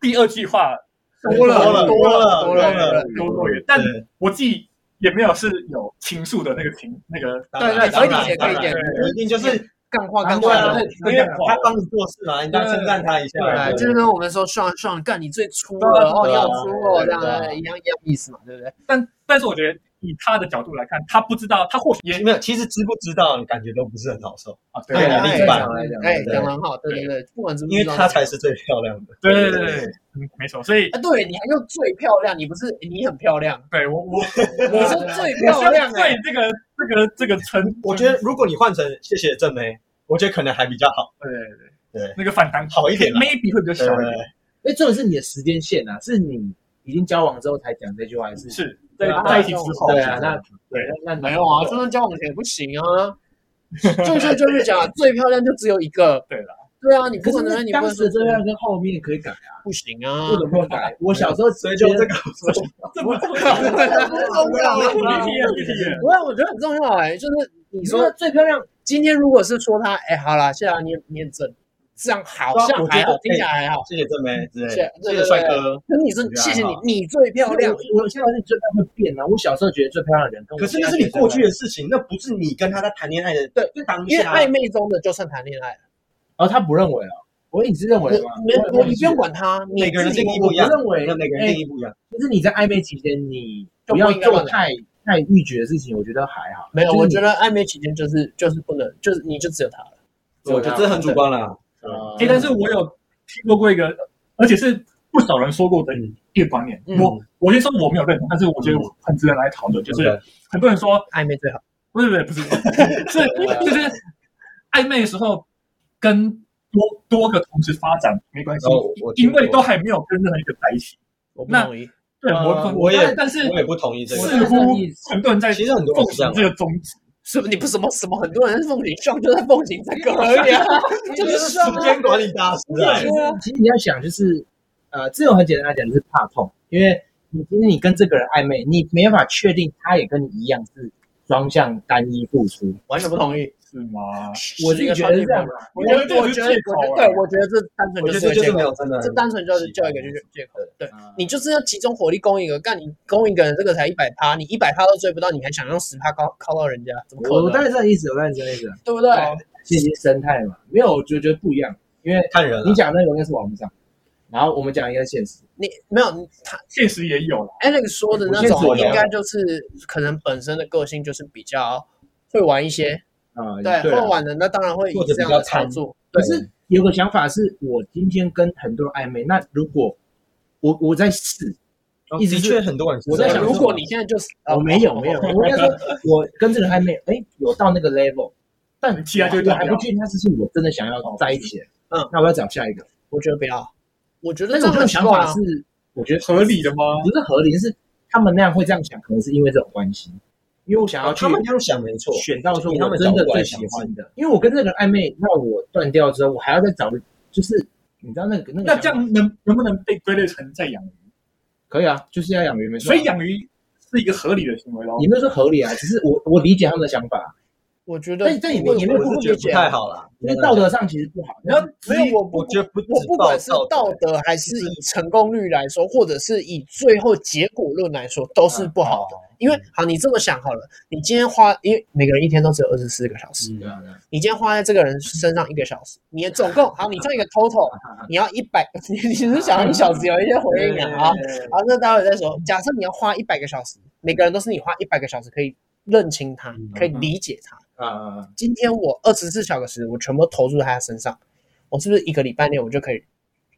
B: 第二句话
A: 多了
C: 多了
A: 多了
C: 多
A: 多
C: 了
A: 了，
B: 多多余，但
A: 对
B: 我自己也没有是有情愫的那个情那个。
A: 当然
C: 对对
A: 当然
C: 可以理解
A: 当然
C: 可以理解
A: 一定就是
C: 干话干
A: 对
C: 话
A: 啊
C: 的，，
A: 因为他帮你做事嘛，你当然称赞他一下
B: 对
C: 对，
A: 嘛。
C: 就是跟我们说上上干你最粗了，哦，你好粗哦，这样的一样一样意思嘛，对不对？
B: 但但是我觉得以他的角度来看，他不知道，他或许也
A: 没有，其实知不知道，感觉都不是很好受，
B: 啊，
A: 对
B: 对
A: 另一
D: 正
A: 半
D: 常来讲，
C: 哎，
A: 对
C: 讲的很好，对对对，不管怎么，
A: 因为他才是最漂亮的。
B: 对对对对，对嗯没错。所以
C: 啊，对，你还用最漂亮，你不是你很漂 <laughs> 亮，
B: 对我我
C: 你是最漂
B: 我
C: 亮
B: 是
C: 哎
B: 对，这个这个这个成，
A: 我觉得如果你换成谢谢郑梅，我觉得可能还比较好，
B: 对对对
A: 对
B: 那个反弹
A: 好一点啦
B: maybe 会
A: 对
B: 比较小一
A: 对
B: 点。
D: 哎，重点是你的时间线啊，是你已经交往之后才讲这句话，还是
B: 是在
D: 对啊
B: 在一起之后，
D: 对啊，那
B: 对
D: 那那
A: 哎
C: 没有啊，真的交往前不行啊，就就就是讲最漂亮就只有一个，
B: 对啦，
C: 对啊，你不
D: 可
C: 可能
D: 是
C: 你不
D: 当
C: 能
D: 时
C: 说
D: 这样跟后面可以改啊，
C: 不行啊
D: 不，能不改。我小时候
A: 所以就这个，
B: 这不重
C: 这
B: 要，
C: 很重要
B: 这不
C: 啊，
B: 重要，这
C: 不是，我觉得很重要哎、就是你
D: 你
C: 说
D: 说最漂亮，
C: 今天如果是说他，哎、好啦，谢啦，你也你很正，这样好
A: 对啊
C: 像
A: 我
C: 还
A: 觉得
C: 好，
A: 哎
C: 听起来还好。
A: 谢谢郑梅之类
C: 谢
A: 的，谢
C: 对对
A: 谢
C: 对
A: 帅哥。
C: 可是你是
A: 我觉得还
C: 谢谢你
A: 好，
C: 你最漂亮，
D: 我我现在是觉得会变啊。我小时候觉得最漂亮的人，跟我
A: 可是那是你过去的事情，那不是你跟他在谈恋爱的
C: 对
A: 就当
C: 因为
A: 下
C: 暧昧中的就算谈恋爱了，
D: 哦，他不认为啊，我你是认
C: 我
D: 为吗？
C: 没
D: 我
C: 我你不用管他，你
A: 每个人
C: 自己
A: 定义不一样，
D: 我认为哎
A: 那每个人定义不一样。
D: 就是你在暧昧期间，你
C: 就
D: 不
C: 不
D: 要
C: 应该
D: 做
C: 乱来
D: 太太欲绝的事情，我觉得还好。
C: 没有，
D: 就是
C: 我
D: 你
C: 觉得暧昧期间就是就是不能，就是你就只有他了。
A: 我觉得这很主观啦。
D: 啊
B: 哎，但是我有听说过一个，而且是不少人说过的一个观念，
C: 嗯
B: 我我先说我没有认同，但是我觉得很值得来讨论，就是很多人说
C: 暧昧最好，
B: 不是不是不是，
C: <laughs>
B: 是就是暧昧的时候跟多多个同时发展没关系
A: 哦我，听
B: 因
A: 过
B: 为都还没有跟任何一个在一起。
C: 我不
B: 那
C: 同意。
B: 对，
A: 呃
B: 我
A: 我也
B: 但是
A: 我也不同意这个。
B: 似乎很多人在
A: 其实很多人
B: 奉
A: 是这样的
B: 行这
C: 啊
B: 个宗旨，
C: 是不是你不什么什么很多人是奉行上就在奉行这个而
A: 哎
C: 已啊， <laughs> 就是
A: 时
C: 上啊
A: 间管理大师啊！
C: 对啊
D: 其实你要想，就是呃，这种很简单来讲，就是怕痛，因为你今天你跟这个人暧昧，你没办法确定他也跟你一样是双向单一付出，
C: 完全不同意。
B: 是吗？
D: 我自己觉得是这样啦。
C: 我觉得，我觉
B: 啊
C: 得，我觉得，对，啊我觉得这单纯
A: 我
C: 就
A: 觉
C: 是
A: 得这
C: 个
A: 就
C: 借
A: 是没
C: 口，
A: 有真的，
C: 这单纯就是叫一个借借口。对，
A: 啊
C: 你就是要集中火力攻一个，干你攻一个人，这个才一百趴，你一百趴都追不到，你还想用十趴靠靠到人家，怎么
D: 我
C: 可
D: 我当
C: 能？
D: 然是这个意思，我当然是这个意思。
C: 对不对？
D: 信息生态嘛，没有，我觉得觉得不一样。因为
A: 看人了
D: 你。讲那个应该是网络上，然后我们讲一个现实。
C: 你没有你他
B: 现实也有了，
C: Alex 说的那
A: 我先自我
C: 种，
A: 聊
C: 应该就是可能本身的个性就是比较会玩一些，
D: 啊，
C: 对，
D: 对
C: 会
D: 啊
C: 玩的那当然会以
A: 或者
C: 这样
A: 比较
C: 的操
A: 贪
C: 作。
D: 可是有个想法是我今天跟很多人暧昧，那如果我我在试，
A: 哦
D: 意思
A: 的
D: 是
A: 确很多人是
D: 我
A: 这
D: 在
A: 样
D: 想
C: 如
D: 说
C: 果你现在就是哦
D: 我没有没有，我应该说我跟这个人暧昧，哎，有到那个 level，但
B: 其
C: <laughs>
B: 他就
C: 啊
D: 我还不确定他是不是我真的想要在一起的，
C: 嗯
D: 那我要找下一个。
C: 我觉得不要，我觉得
D: 但
C: 这
D: 是我
C: 很
D: 这种
C: 奇
D: 想
C: 怪
D: 法
C: 啊
D: 是，我觉得
B: 合理的吗？
D: 不是合理，就是他们那样会这样想，可能是因为这种关系，因为我想要去
A: 他们这样想没错，
D: 选到说
A: 因为他
D: 我
A: 们
D: 真的
A: 找过
D: 最
A: 来
D: 喜
A: 想
D: 欢的，因为我跟这个人暧昧，那我断掉之后，我还要再找，就是你知道那个那个
B: 那
D: 想法
B: 这样能能不能被归类成在养鱼？
D: 可以啊，就是要养鱼没错啊。
B: 所以养鱼是一个合理的行为咯。
D: 也没有说合理啊，只是我我理解他们的想法，
C: 我觉得
D: 但但也没
C: 我
D: 也没有
A: 我是
D: 不
A: 觉
D: 理
A: 得不
D: 解，啊
A: 太好啦，
D: 因为道德上其实不好。
B: 然后
C: 没有，我不
A: 我觉得不
C: 我不管是道德还是以成功率来说，或者是以最后结果论来说，都
D: 嗯
C: 是不好的。
D: 哦
C: 因为好，你这么想好了，你今天花，因为每个人一天都只有二十四个小时，
D: 对啊对啊
C: 你今天花在这个人身上一个小时，你的总
D: <laughs>
C: 共好，你这样一个 total，你要一百， <laughs> 你你是想要一小时有一些回应啊？好，好，那待会再说。假设你要花一百个小时，每个人都是你花一百个小时可以认清他，
D: 嗯
C: 可以理解他。
D: 啊啊啊！
C: 今天我二十四小时我全部投入在他身上，我是不是一个礼拜内我就可以，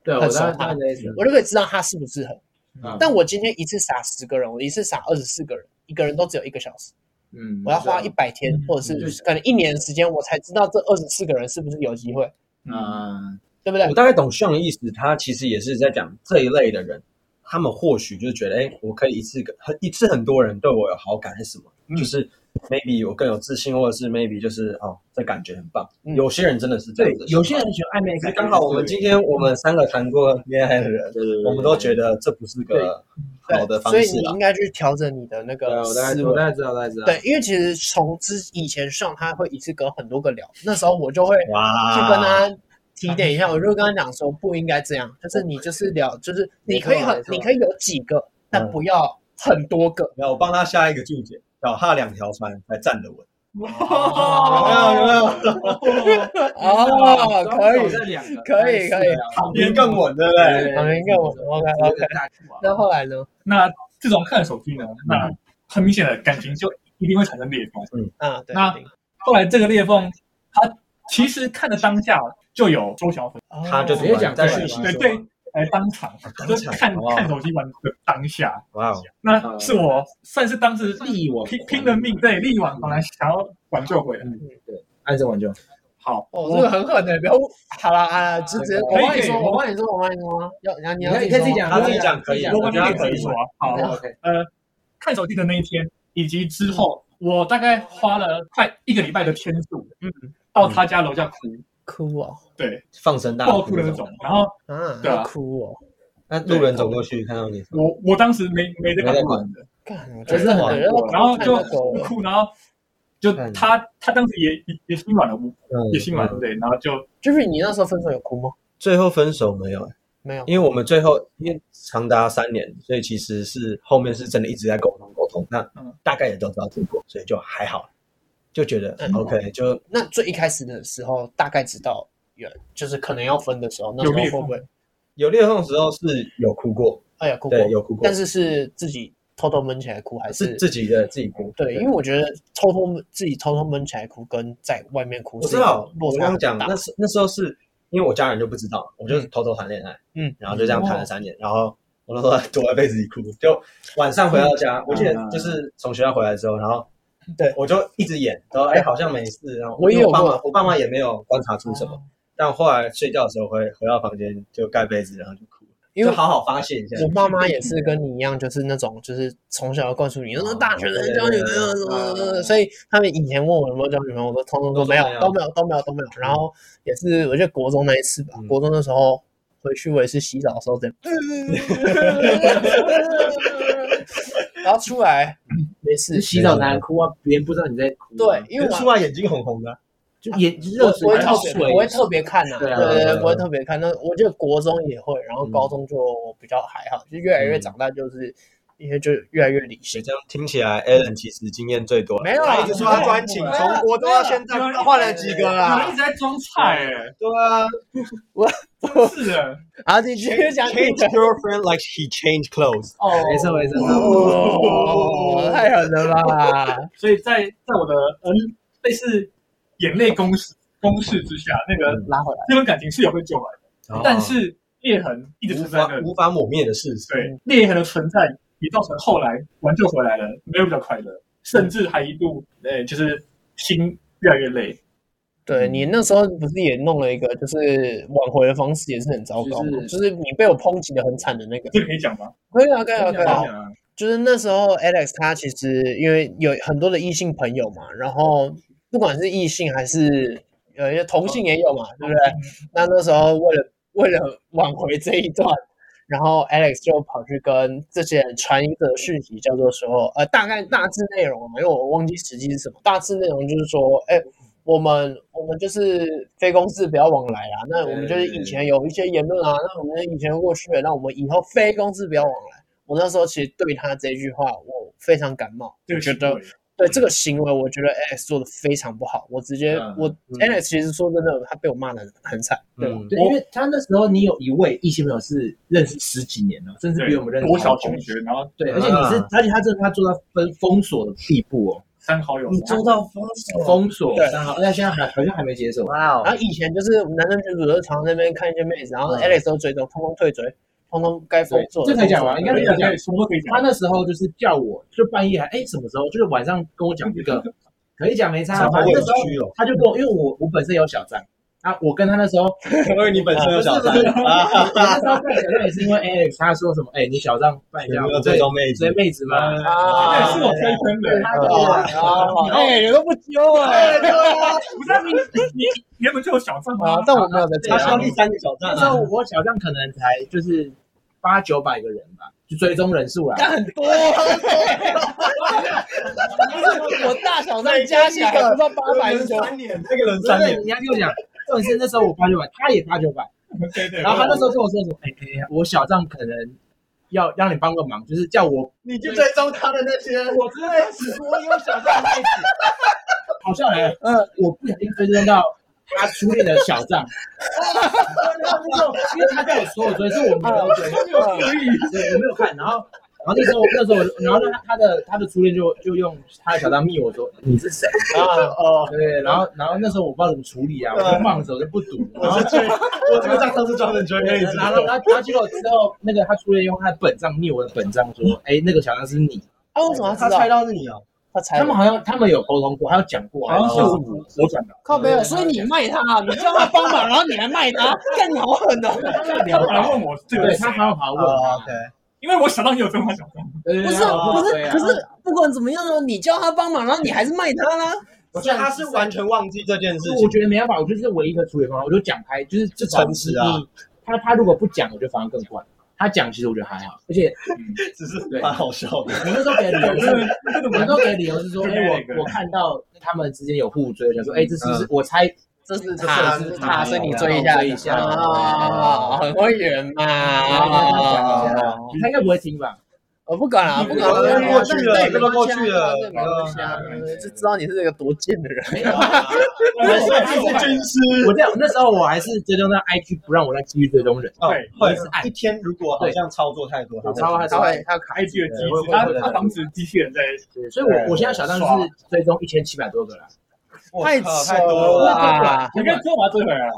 D: 对，我
C: 很少
D: 当然当然的意思。
C: 我就可以知道他适不适合？
D: 啊
C: 但我今天一次撒十个人，我一次撒二十四个人，一个人都只有一个小时，
D: 嗯
C: 我要花一
D: 啊
C: 百天
B: 嗯
C: 或者
D: 就是
C: 可能一年的时间，我才知道这二十四个人是不是有机会，
B: 啊，
D: 啊
C: 对不对
A: 我？大概懂炫的意思，他其实也是在讲这一类的人，他们或许就是觉得，哎、我可以一次跟很一次很多人对我有好感还是什么，
B: 嗯
A: 就是 maybe 我更有自信，或者是 maybe 就是哦，这感觉很棒。
C: 嗯
A: 有些人真的是这
D: 对
A: 样子，，
D: 有些人喜欢暧昧的
A: 只是
D: 感觉，
A: 刚好我们今天我们三个谈过恋爱的人，
D: 对对对
A: 我们都觉得这不是个好的方
C: 所以
A: 式啊
C: 你
A: 啦
C: 应。该去调整你的那
D: 啊对啊
C: 个
D: 我大概
C: 思
D: 我
C: 维。
D: 大概知道，大概知道。
C: 对，因为其实从之以前上，他会一次跟很多个聊，那时候我就会
D: 啊
A: 啊哇，
C: 去跟他提点一下，我就跟他讲说不应该这样，就是你就是聊，就是你可以很
D: 没，错嗯
C: 你可以有几个，但不要很多个。
A: 没有，我帮他下一个注解，脚踏两条船才站得稳。
B: 哦
A: 有没有？有没有？
D: 啊
C: 哦，可以，可以可以
A: 旁边更稳，对不对？
D: 对
C: 好，明白我，OK OK。那后来呢？
B: <laughs> 那这种看手机
A: 嗯
B: 呢，那很明显的感情就一定会产生裂缝。
C: 啊，对，
B: 那
C: 对
B: 后来这个裂缝，他其实看的当下就有周小粉，
A: 他就
D: 直接讲
A: 在
D: 出
A: 讯
D: 来
A: 息
B: 对
A: 说哦
B: 对，来当场
A: 当场
B: 就是看
A: 哇
B: 看手机玩的当下，
A: 哇哦，
B: 那是我算是当时
D: 利益我
B: 拼拼了命对力挽狂澜，想要挽救回来。
D: 暗生挽救。
B: 好，
C: 哦，这个很狠的，不要好了好了，直接
D: 可
C: 我
B: 以
C: 帮
B: 可
C: 你
B: 以
C: 说，
B: 我
C: 我帮你说，我帮你说，要你要你
D: 你
C: 要
D: 看，你看自己
C: 说
D: 讲，
A: 他自己讲可以啊
B: 我
A: 我
B: 完
A: 觉
B: 全
A: 得
B: 可
A: 他
B: 以自己说啊。好，
D: OK OK，
B: 呃，看手机的那一天，以及之后，我大概花了快一个礼拜的天数，嗯，到他家楼下哭，
C: 哭哦，
B: 对，
A: 放声大
B: 爆
A: 哭
B: 哭的那种。然后
C: 啊，
B: 对啊
C: 要哭哦，
A: 那路人走过去看到你，
B: 我我当时没没在
A: 没
B: 管
A: 在
B: 路
A: 管
B: 人的，
C: 干，我觉
D: 可
C: 得
D: 是很
C: 很
A: 啊
D: 难过
B: 然后就
C: 看到狗了
B: 哭，然后就
A: 嗯
B: 他他当时也也也心软了，我
A: 嗯
B: 也心软了，对，然后就
C: Jeffrey，你那时候分手有哭吗？
A: 最后分手没有？
C: 没有，
A: 因为我们最后因为长达三年，所以其实是后面是真的一直在沟通沟通，那
B: 嗯
A: 大概也都知道结果，所以就还好，就觉得
C: 嗯
A: OK，就
C: 那最一开始的时候，大概知道有就是可能要分的时候，那时
B: 有
C: 候
B: 裂
C: 会
B: 缝
C: 不会？
A: 有裂缝的时候是有哭过，
C: 哎呀，哭过，
A: 对，有哭过，
C: 但是是自己偷偷闷起来哭，还
A: 是
C: 是
A: 自己的自己哭，
C: 对？因为我觉得偷偷闷自己偷偷闷起来哭，跟在外面哭
A: 我
C: 是
A: 知
C: 一
A: 道
C: 个，
A: 我刚
C: 落差
A: 刚
C: 很
A: 讲
C: 大
A: 那。时那时候是因为我家人就不知道，我就是偷偷谈恋爱，
C: 嗯，
A: 然后就这样谈
D: 哦
A: 了三年，然后我那时候躲在被子里哭，就晚上回到家，我记得
D: 啊
A: 就是从学校回来之后，然后
C: 嗯对
A: 我就一直演，然后哎好像没事，然后
C: 我也有
A: 因为爸妈
C: 过啊
A: 我爸妈也没有观察出什么，但后来睡觉的时候回回到房间就盖被子，然后就哭，
C: 因为
A: 就好好发泄一下。
C: 我爸妈也是跟你一样，就是那种就是从小要灌输你，那种大学生交女朋友什么什么的，所以他们以前问我有没有交女朋友，我都通通说没有，都没有，都没有，都没有。然后也是我记得国中那一次吧，
A: 嗯
C: 国中的时候回去我也是洗澡的时候这样，然后出来没
D: 只是
C: 事，
D: 洗澡男哭啊，别人不知道你在哭。
C: 对，因为
A: 可
C: 我
A: 是出来眼睛红红的，啊
D: 就也热
C: 我
D: 水
C: 我会
D: 泡
C: 特别
D: 水
C: 我，会特别看呐、
D: 对啊
C: 对
A: 对啊
C: 对，
A: 对啊
C: 我会特别看。那我记得国中也会，然后高中就比较还好，就越来越长大，就是因为就越来越理性
A: 你。这样听起来，Alan 其实经验最多。
C: 没有啊
A: 他一直说他专情，
C: 没有啊
A: 从国中到现在
B: 没有啊
A: 他换了几个啊
B: 有人
A: 啦
B: 一直。在装菜，哎，
A: 对啊
B: 真是的。
C: 啊，你继续讲你
A: ，change
C: 的
A: girlfriend like he changed clothes。
B: 哦，
D: 没错没错。
C: 哦，太狠了吧！
B: 所以在在我的嗯类似眼泪攻势攻势之下，那个
C: 拉回来，
B: 这份感情是有被救来的，但是裂痕一直
A: 哦无
B: 存在
A: 法
B: 那里。
A: 无法抹灭的事实。
B: 对，裂痕的存在也造成后来挽救回来了，没有比较快乐，甚至还一度呃，就是心越来越累。
C: 对你那时候不是也弄了一个，就是挽回的方式也是很糟糕嘛，
D: 就是
C: 就是你被我抨击的很惨的那个。
B: 这可以讲吗？
C: 可以啊，可以啊，可以啊
D: 好。
C: 就是那时候 Alex 他其实因为有很多的异性朋友嘛，然后不管是异性还是呃有同性也有嘛，对不对？那那时候为了为了挽回这一段，然后 Alex 就跑去跟这些人传一个讯息，叫做说呃大概大致内容嘛，因为我忘记实际是什么，大致内容就是说，哎。我们我们就是非公事不要往来啦。那我们就是以前有一些言论啊，那我们以前过去了，那我们以后非公事不要往来。我那时候其实对他这句话我非常感冒，
B: 这
C: 我
B: 个
C: 觉
B: 行
C: 得
B: 为
C: 对这个行为，我觉得 Alex 做的非常不好。我直接、
D: 嗯
C: 我 Alex 其实说真的，他被我骂的很惨，对吧？啊
A: 嗯，
D: 对，因为他那时候你有一位异性朋友是认识十几年了，甚至比
B: 对
D: 我们认识
B: 国小
D: 好久
B: 同学，然后
D: 对，而且你是
A: 啊，
D: 而且他真的他做到封封锁的地步哦，
B: 三好友，
D: 到封
A: 哦
D: 锁封锁
C: 对，
D: 然后那现在还好像还没解锁，
A: 哇
C: 然后，以前就是我们男生群组都常常在那边看一些妹子，然后
D: 嗯
C: Alex 都追踪，通通退追，通通该封
D: 对
C: 锁
D: 这
C: 的
D: 可
C: 封
D: 以讲
C: 锁
D: 吗
C: 的
D: 应该
B: 可
D: 是
B: 以讲，可以什么都可以
D: 他
B: 讲。
D: 那时候就是叫我，就半夜还哎什么时候，就是晚上跟我讲这个，可以讲没差
A: 小。
D: 反
A: 朋友
D: 正那时
A: 虚
D: 候
A: 荣
D: 他就跟我，因为我我本身有小张啊，我跟他那时候，
A: 因为你本身有小三
D: 不是
A: 啊，
D: 我那时候在小张也是因为 Alex 他说什么，哎，你小张办一
A: 有
D: 下，
A: 没
D: 我
A: 有嗯追
D: 追
A: 踪妹子
D: 追？妹子嘛，
C: 啊，
B: 对，是我天生的。
D: 他
A: 哦
C: 啊啊，哎，有个不揪哎
B: 不是啊你你你原本就有小账
C: 啊
B: 吗？，
C: 但我没有在这
A: 他
D: 对啊
A: 需要
C: 样
A: 第三个小站
D: 那时候
A: 啊。
D: 我小张可能才就是八九百个人吧，就追踪人数啦。
C: 干很多啊，不是我大小站加起来还不到八百九，
A: 年，那个人
D: 真
A: 三
D: 的，
A: 年，
D: 你要跟我讲，重点是那时候我八九百，他也八九百，
B: 对对。
D: 然后他那时候跟我说什么，哎哎，我小张可能要让你帮个忙，就是叫我
A: 你去追踪他的那些，
D: 我真的只我有小账妹子，好笑哎、
C: 嗯
D: 我不小心追踪到他初恋的小账，然后就因为他叫我所有追，所以我没有追，对，我没有看，然后。然后那时候，那时候，然后他他的他的初恋就就用他的小账密我说你是谁？
C: 啊哦，
D: 对，然后然后那时候我不知道怎么处理啊，我就放手就不读，然后
A: 我这个账上是专门追妹 <laughs> 子的。
D: 然后然后然后结果之后那个他初恋用他的本账密我的本账说，哎，那个小账是你，
C: 啊，为什么
A: 他
C: 他知道
A: 猜？到是你哦，
C: 他猜
D: 他
C: 的
D: 们好像他们有沟通过，还有讲过，
B: 好像是
D: 还
B: 我
D: 有
B: 我转的，
C: 靠没有，所以你卖他，啊你叫他帮忙，然后你还卖他， <laughs> 干你好狠哦！
B: 他本来问我这个
D: 对
B: 是谁
D: 他，还要跑问
A: 哦啊
D: 他，
B: 因为我小账也有这款小账。
D: 对啊
C: 不是不是，可是不管怎么样呢，你叫他帮忙，然后你还是卖他啦。
A: 我觉得他是完全忘记这件事
D: 我
A: 情。
D: 觉得没办法，我就是唯一的处理方法，我就讲开，就是就
A: 诚实啊。
D: 他他如果不讲，我觉得反而更怪。他讲其实我觉得还好，而且
A: <laughs> 只是蛮好笑的。
D: 我那时候给的
A: <laughs>
D: 理由是， <laughs> 我那时候给的理由是 <laughs> 说，
B: 对
D: 哎
B: 那，个
D: 我我看到他们之间有互追，我想说，哎，这是不是
A: 嗯
D: 我猜
C: 这是
A: 他
C: 他，
A: 这
C: 这
A: 是
C: 是
A: 他
C: 他，
A: 所
C: 所
A: 以
C: 以
A: 你
C: 你
A: 追
C: 追
A: 一
C: 一
D: 下
C: 下
D: 啊
C: 啊，很会圆嘛。啊
D: 他应该不会听吧？
C: 我不敢啊，不敢啊，就知道你是一个多贱的人。
D: 哎没有啊，
B: 我
A: 我
D: 是
A: 是军师
D: 我，这样那时候我还是追踪到 IG，不让我再继续追踪人，
A: 哦
B: 对
A: 会
D: 我是爱
A: 一天如果好像操作太多，
D: 我
A: 好像
D: 超
C: 他
D: 爱超爱
C: 会，他卡，
B: 开机的机
D: 对会
B: 制，
D: 会
B: 它
D: 会
B: 它防止机器人在
D: 对所以我我现在小账是追踪一千七百多个了。
A: 我
C: 太
A: 靠
C: 扯
A: 太多
C: 了
A: 了，
D: 啊 <laughs>
C: 吧？
B: 应该之后把它追回来了。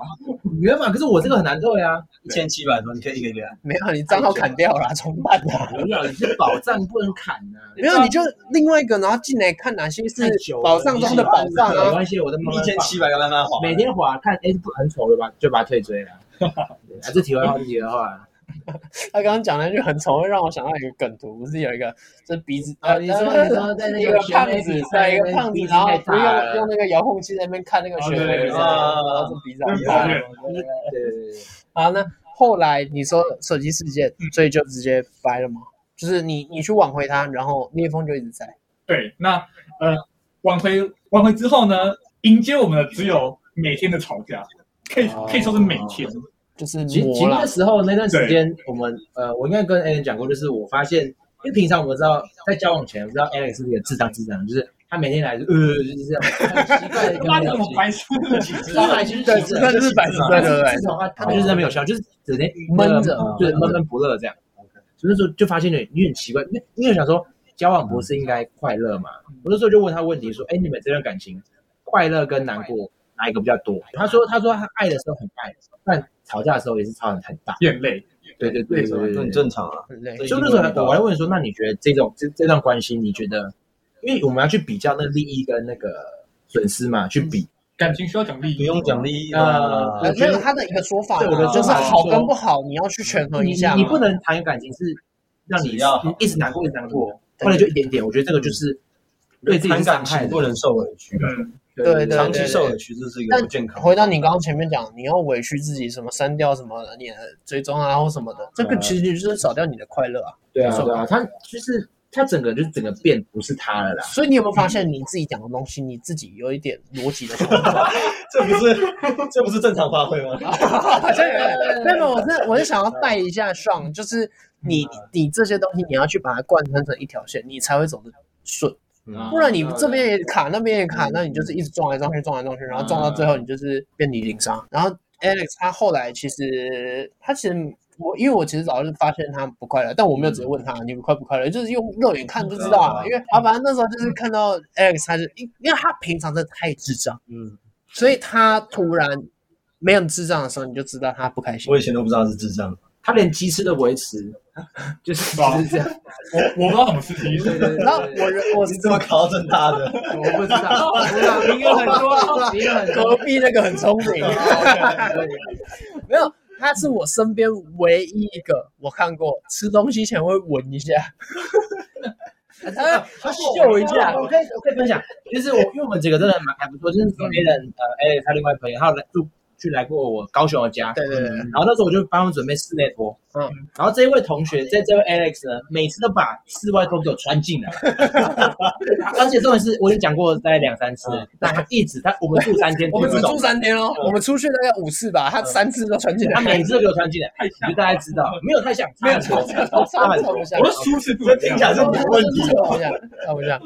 D: 没办法，可是我这个很难啊做呀。
A: 一千七百多，你可以一个一个按。
C: 没有，你账号砍掉了，重办的。
D: 不要，你是宝藏不能砍呐、
C: 没有，你就另外一个，然后进来看哪些是
D: 太久了
C: 宝藏中的宝藏
D: 没
C: 啊。
D: 关系，我的慢
A: 一
D: 慢
A: 千
D: 放
A: 七百个慢慢滑，
D: 每天划看，哎、不很丑了吧？就把它退追 <laughs> 了。对啊，这题外话，这题外话。
C: 他刚刚讲的那句很丑，会让我想到一个梗图，不是有一个这鼻子
D: 啊，你说你
C: <laughs>
D: 说在那
C: 一个
D: 学
C: 胖
D: 妹
C: 子
D: 比，赛
C: 对，一个胖子，然后不用用那个遥控器在那边看那
D: 哦
C: 个学妹，然后这鼻子很大。
D: 啊对对对对，
C: 啊，那后来你说手机事件，
D: 嗯
C: 所以就直接掰了吗？就是你你去挽回他，然后聂风就一直在。
B: 对，那呃，挽回挽回之后呢，迎接我们的只有每天的吵架，可以
D: 哦
B: 可以说是每天。
C: 就是
D: 其实
C: 磨
D: 其实
C: 啦
D: 那。时候那段时间，我们呃，我应该跟 Alan 讲过，就是我发现，因为平常我们知道在交往前，我知道 Alex 是一个智障智障，就是他每天来就呃就是这样，很奇怪的一
B: 他
D: 个
B: 妈你
D: 表
B: 怎么
D: 情。
B: 白痴？
D: 知道吧？其实
C: 对，
D: 其
C: 这
D: 实
C: 算是百分之百，对不对
D: 自？从他他啊就是在没有笑，就是整天
C: 闷着
D: 就是闷闷不乐这样。所以那时候就发现你你很奇怪，那因为想说交往不是应该快乐嘛？我那时候就问他问题说，哎，你们这段感情快乐跟难过哪一个比较多？他说他说他爱的时候很爱，但吵架的时候也是吵很很大。
B: 眼泪，
D: 对对对对
A: 这
D: 对
A: 很。正常啊。
C: 很累。
D: 所以那时候我还问说，那你觉得这种这这段关系，你觉得？因为我们要去比较那利益跟那个损失嘛，去比。
B: 感情需要奖励，
A: 不用讲利益
D: 呃
A: 啦
C: 呃，，没有他的一个说法啦，
D: 对我的
C: 就是
D: 说法
C: 好
D: 是
C: 跟
D: 说
C: 不好，你要去权衡嗯一
D: 你
C: 下
D: 你
C: 嘛
D: 不能谈感情是让你
A: 只要
D: 你一直难过，一直难过，后来就一点点。我觉得这个就是对自己
A: 谈
D: 是伤
A: 感
D: 害
A: 情
D: 的
A: 不能受委屈，啊
B: 嗯，
C: 对对
A: 长
D: 长
A: 期
D: 期
A: 受委屈这是一个不健康的。
C: 回到你刚刚前面讲，你要委屈自己，什么删掉什么你的追踪啊或什么的，这个
D: 嗯
C: 其实就是少掉你的快乐啊。
D: 对啊
C: 受
D: 对啊，他就是他整个就是整个变不是他了啦。
C: 所以你有没有发现你自己讲的东西，你自己有一点逻辑的想法？
A: 这不是这不是正常发挥吗？
C: 好像有点。那么我是我是想要带一下上，就是你你这些东西你要去把它贯穿成一条线，你才会走得顺。
A: 嗯
C: 不然你这边也卡，那边也卡，那你就是一直撞来撞去，撞来撞去，然后撞到最后你就是遍体鳞伤。然后 Alex 他后来其实他其实我因为我其实早就发现他不快乐，但我没有直接问他你快不快乐，就是用肉眼看就知道啊。
A: 嗯
C: 因为啊，反正那时候就是看到 Alex 他就因因为他平常真的太智障，
A: 嗯，
C: 所以他突然没有智障的时候，你就知道他不开心
A: 我。以前都不知道是智障，
D: 他连鸡翅都不会吃， <laughs> 就是
B: 哇
D: 就是这样。
B: 我我不知道怎么事情，
D: 对对对
C: 然后我人我
A: 你怎么考到正大的？
D: 我不知道，我不知道，你有很多，你
C: <laughs>
D: 有很多。
C: 隔壁那个很聪明，没有，他是我身边唯一一个我看过吃东西前会闻一下，他
D: 他
C: 秀一下
D: 我可以我可以分享，就是我因为我们几个真的蛮还不错，就是从 A 人呃 A 他另外朋友，他有来住去来过我高雄的家，
C: 对对对，
D: 然后那时候我就帮他们准备室内拖，
C: 嗯
D: 嗯，然后这一位同学，这这位 Alex 呢，每次都把室外拖给我穿进来，而且重点是，我已经讲过大概两三次
A: 嗯，
D: 但他一直他我们住 <laughs> 三天，
C: 我们只
D: 住
C: 住三天哦，我们出去大概五次吧，他三次都穿进来，
D: 他每次都给我穿
C: <laughs>
D: 进来，
B: 太
D: 你
B: 像
D: 就大概知道，没有太像，
C: 没有
D: 差
C: 超
D: 很多
C: 超超超不像
B: 我。的舒适度
A: 这听起来是
C: 我
A: 你的问题。
C: 不像，我不像。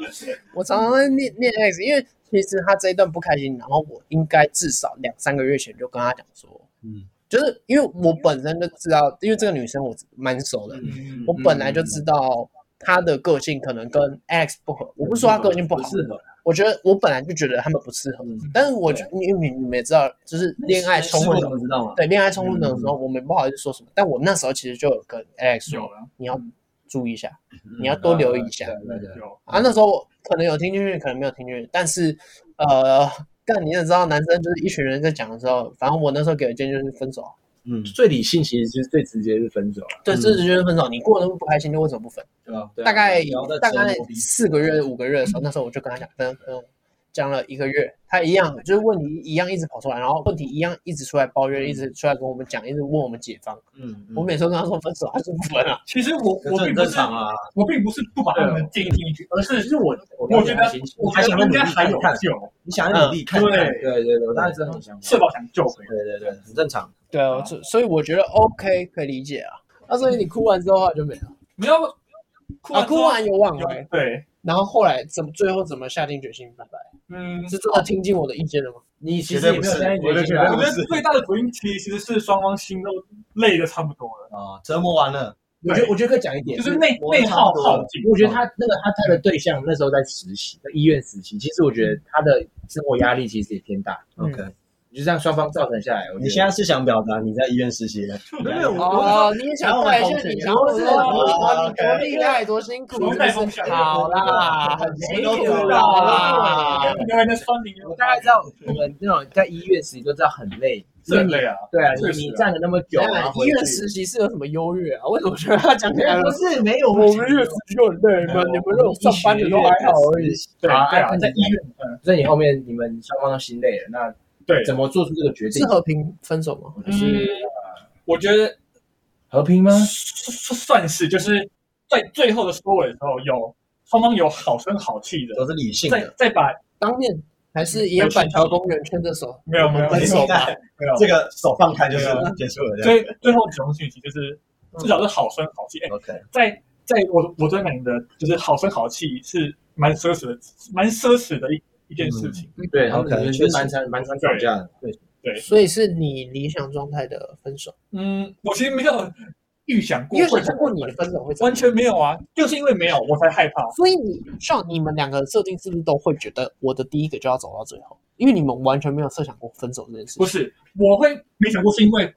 C: 我常常在念念 X，因为其实他这一段不开心，然后我应该至少两三个月前就跟他讲说，
A: 嗯
C: 就是因为我本身就知道，因为这个女生我蛮熟的，
B: 嗯
C: 我本来就知道她的个性可能跟 Alex 不合。我不是说她个性不好，
D: 适合，
C: 我觉得我本来就觉得他们不适合。但是我觉得你你你们也知道，就是恋爱冲
A: 试过
C: 昏
A: 怎
C: 哎头，
A: 么知道吗？
C: 对恋爱冲昏头的时候，我们不好意思说什么。但我那时候其实就有嗯跟 Alex
B: 有
C: 说，
B: 了
C: 你要注意一下，你要多留意一下。
D: 对对对
B: 有，
C: 啊，那时候我可能有听进去，可能没有听进去，但是呃。但你也知道，男生就是一群人在讲的时候，反正我那时候给的建议就是分手啊，
A: 嗯，
D: 最理性其实就是最直接是分手啊，
C: 对，
A: 嗯
C: 这就是分手。你过得那么不开心，你为什么不分？
A: 对吧？
D: 对啊
C: 大概
A: 聊得
C: 大
A: 折磨
C: 概
A: 彼
C: 四个月、五个月的时候，那时候我就跟他讲分分，讲了一个月，他一样就是问题一样一直跑出来，然后问题一样一直出来抱怨，一直出来跟我们讲，一直问我们解方。
A: 嗯，
C: 我每次都跟他说分手，他说不分啊。
B: 其实我
A: 我
B: 我
A: 很
B: 并不
A: 正
B: 是
A: 常啊，
B: 我并不是不把他们的建议听进去，而
D: 其
B: 是
D: 实我
B: 我觉得
D: 了解他的心情
B: 我觉得应该还有救，
A: 你想要努力看看，
B: 对
D: 对对对，我当然知道你想法
B: 社保想救回来。
D: 对对对，很正常。
C: 对啊，所所以我觉得 OK 可以理解啊。那所以你哭完之后话就没了
B: 没有哭
C: 啊，哭完
B: 完
C: 有忘
B: 之后
C: 怀，
B: 对，
C: 然后后来怎么最后怎么下定决心拜拜？
B: 嗯，
C: 是真的听进我的意见了吗？
D: 你
A: 其实
D: 其实
A: 也
D: 也
A: 没
D: 没
A: 有现
D: 有
A: 在决心啊
B: 我觉得最大的主因其实是双方心都累的差不多了，
E: 哦
A: 啊，折磨完了，
D: 我觉得我觉得可以讲一点，
B: 就是内内耗耗尽。
D: 我觉得他那个他他的对象那时候在实习，在医院实习，其实我觉得他的生活压力其实也偏大，
C: 嗯
A: OK
D: 就这样双方造成下来，我觉得
A: 你现在是想表达你在医院实习的？
D: 没有我
C: 哦，你也想带一下你想说，
D: 是
C: 哇，你多厉害，多辛苦，
B: 我是啊
C: 是不
B: 带
C: 是
B: 风？向
C: 好啦，很辛苦
B: 啊
C: 啦。，
B: 原来那酸民
D: 我大概知道我们那种在医院实习都知道很累，
B: 是
D: 所以
B: 很
D: 你
B: 累啊，
D: 对啊，
B: 确实啊
D: 你站了那么久，然
C: 医
D: 后回去
C: 院哎实习是有什么优越啊？ <laughs> 为什么觉得他讲哎起
D: 没
C: 来
D: 有不是没
C: <laughs>
D: 有
C: 我们医院实习就很累吗？啊你们这种上班的都还好而已。
B: 对
D: 啊
B: 对啊，
D: 那
B: 在
D: 你
B: 医院，嗯，
D: 所以你后面你们双方都心累了，那
B: 对，
D: 怎么做出这个决定
C: 是？和平分手吗？
B: 嗯，我觉得
D: 和平吗？
B: 算算是就是在最后的收尾的时候，有双方有好声好气的，
A: 都是理性
B: 再
A: 的，
B: 再把
C: 当面还是以板桥公园牵着手？
B: 没有没有
E: 分手吧，
B: 没有。
E: 这个手放开就是结束了。这
B: 所
E: 样
B: 以最后只能讯息就是至少是好声好气。哎、
E: OK，
B: 在在我我这感觉的就是好声好气是蛮奢侈的，蛮奢侈的一一件事情。
D: 对
E: 他们可能
D: 就
E: 就是是
D: 蛮常蛮常吵架的，对，
C: 所以是你理想状态的分手。
B: 嗯，我其实没有预想过
C: 因为
B: 会
C: 想象过你的分啊手会怎么
B: 完
C: 样？
B: 全没有啊，就是因为没有我才害怕。
C: 所以你像你们两个设定是不是都会觉得我的第一个就要走到最后？因为你们完全没有设想过分手这件事
B: 不。是，我会没想过是因为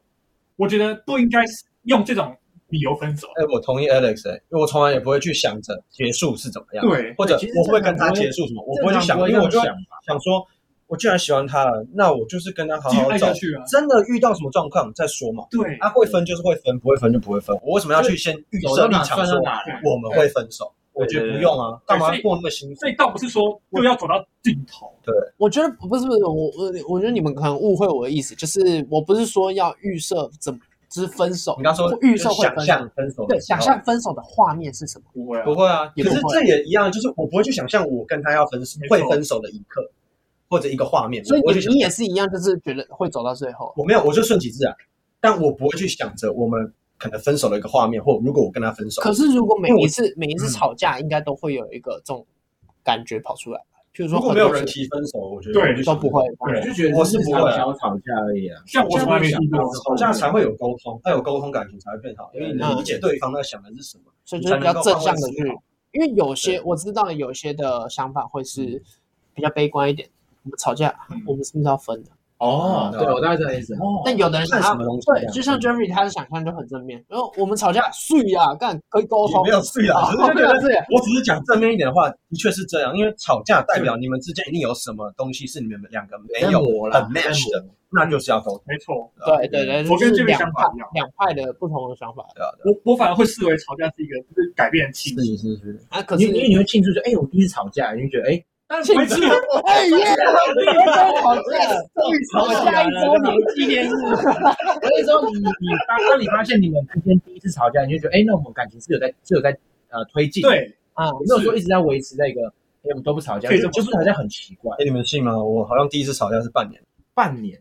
B: 我觉得不应该用这种理由分手。
E: 哎，我同意 Alex，哎、因为我从来也不会去想着结束是怎么样，
B: 对，
E: 或者
D: 对其实
E: 我会不会
D: 正
E: 跟
D: 常
E: 他
D: 不会
E: 结束什么，我不会去想，
D: 正常
E: 因为我
D: 这
E: 就
D: 样想
E: 会
D: 吧。
E: 想说，我既然喜欢他了，那我就是跟他好
B: 继续
E: 好
B: 爱
E: 走
B: 下，去啊。
E: 真的遇到什么状况再说嘛。
B: 对，
E: 啊，会分就是会分，不会分就不会分。我为什么要去先预
D: 走
E: 设
D: 到
E: 立
D: 哪
E: 场
D: 算
E: 说
D: 到哪来。
E: 我们会分手？我觉得不用
B: 对
E: 啊，
B: 对对
E: 干嘛过那么辛苦
B: 所？以倒不是说就要走到尽头。
C: 我觉得不是不是我我我觉得你们可能误会我的意思，就是我不是说要预设怎么就是分手
E: 你，刚说
C: 预设会分手
E: 想象分手的时候，哦
C: 对，想象分手的画面是什么？
B: 不会啊
E: 不会啊，
C: 也
E: 可是
C: 不会
E: 这也一样，就是我不会去想象我跟他要分手
B: 没错
E: 会分手的一刻或者一个画面，
C: 所以
E: 我不会去
C: 你
E: 想
C: 你也是一样，就是觉得会走到最后。
E: 我没有，我就顺其自然，但我不会去想着我们可能分手的一个画面，或如果我跟他分手，
C: 可是如果每
E: 因为
C: 一
E: 我嗯
C: 次每一次吵架，应该都会有一个这种感觉跑出来吧，譬如说
E: 如果
C: 很
E: 没有
C: 多
E: 人
C: 次
E: 提分手，我觉得
B: 对
E: 我就想
C: 都不会。
D: 我
B: 对
D: 就觉得
E: 我是不会啊
D: 想要吵架而已啊。
B: 像我从来没遇过，
E: 吵架才会有沟通，要有沟通感情才会变好，因为你
C: 嗯
E: 理解对方在想的是什么。
C: 所以
E: 你
C: 就是
E: 才
C: 比
E: 能
C: 较
E: 够
C: 正
E: 换
C: 向
E: 位
C: 的
E: 思
C: 去
E: 考，
C: 因为有些我知道有些的想法会
E: 嗯
C: 是比较悲观一点。我们吵架，
B: 嗯
C: 我们是不是要分的？
B: 哦
D: 对，我大概这个意思。
B: 哦
E: 嗯
C: 但有的人
E: 看什
C: 他
E: 么东西啊？
C: 对，就像 Jeffrey 他的想象就很正面，然后我们吵架，睡啊，干可以沟
E: 也
C: 通
E: 没，有睡
C: 啊
E: 啦，只是就
C: <laughs> 没
E: 觉
C: 有
E: 得。
C: 这样，
E: 我只是讲正面一点的话，的确是这样，因为吵架代表你们之间一定有什么东西是你们两个没有
D: 磨
E: 很
D: 啦，
E: match 的，那就是要沟通。
B: 没错，
E: 啊
C: 对对对，
B: 我
C: 就
B: 跟
C: 是
B: Jeffrey
C: 两
B: 想
C: 派
B: 法一样
C: 两派的不同的想法
E: 对啊，对啊
B: 我我反而会视为吵架是一个就是改变的契机。
E: 是是是，
C: 啊。可是
D: 因为因为你会庆祝说，哎，我第一次吵架，你就觉得，哎，
B: 但是不会
C: 庆
B: 是
C: 哎耶，我们都吵架，
D: 终于
C: 我们下一周年纪念日，
D: 我跟你说，你你当当你发现你们之间第一次吵架，你就觉得，哎，那我们感情是有在是有在呃推进，，
B: 对，
C: 啊，
D: 没有说一直在维持在一个，哎，我们都不吵架，
B: 可以这么
D: 就是好像很奇怪，
E: 哎，你们信吗？我好像第一次吵架是半年，
D: 半年，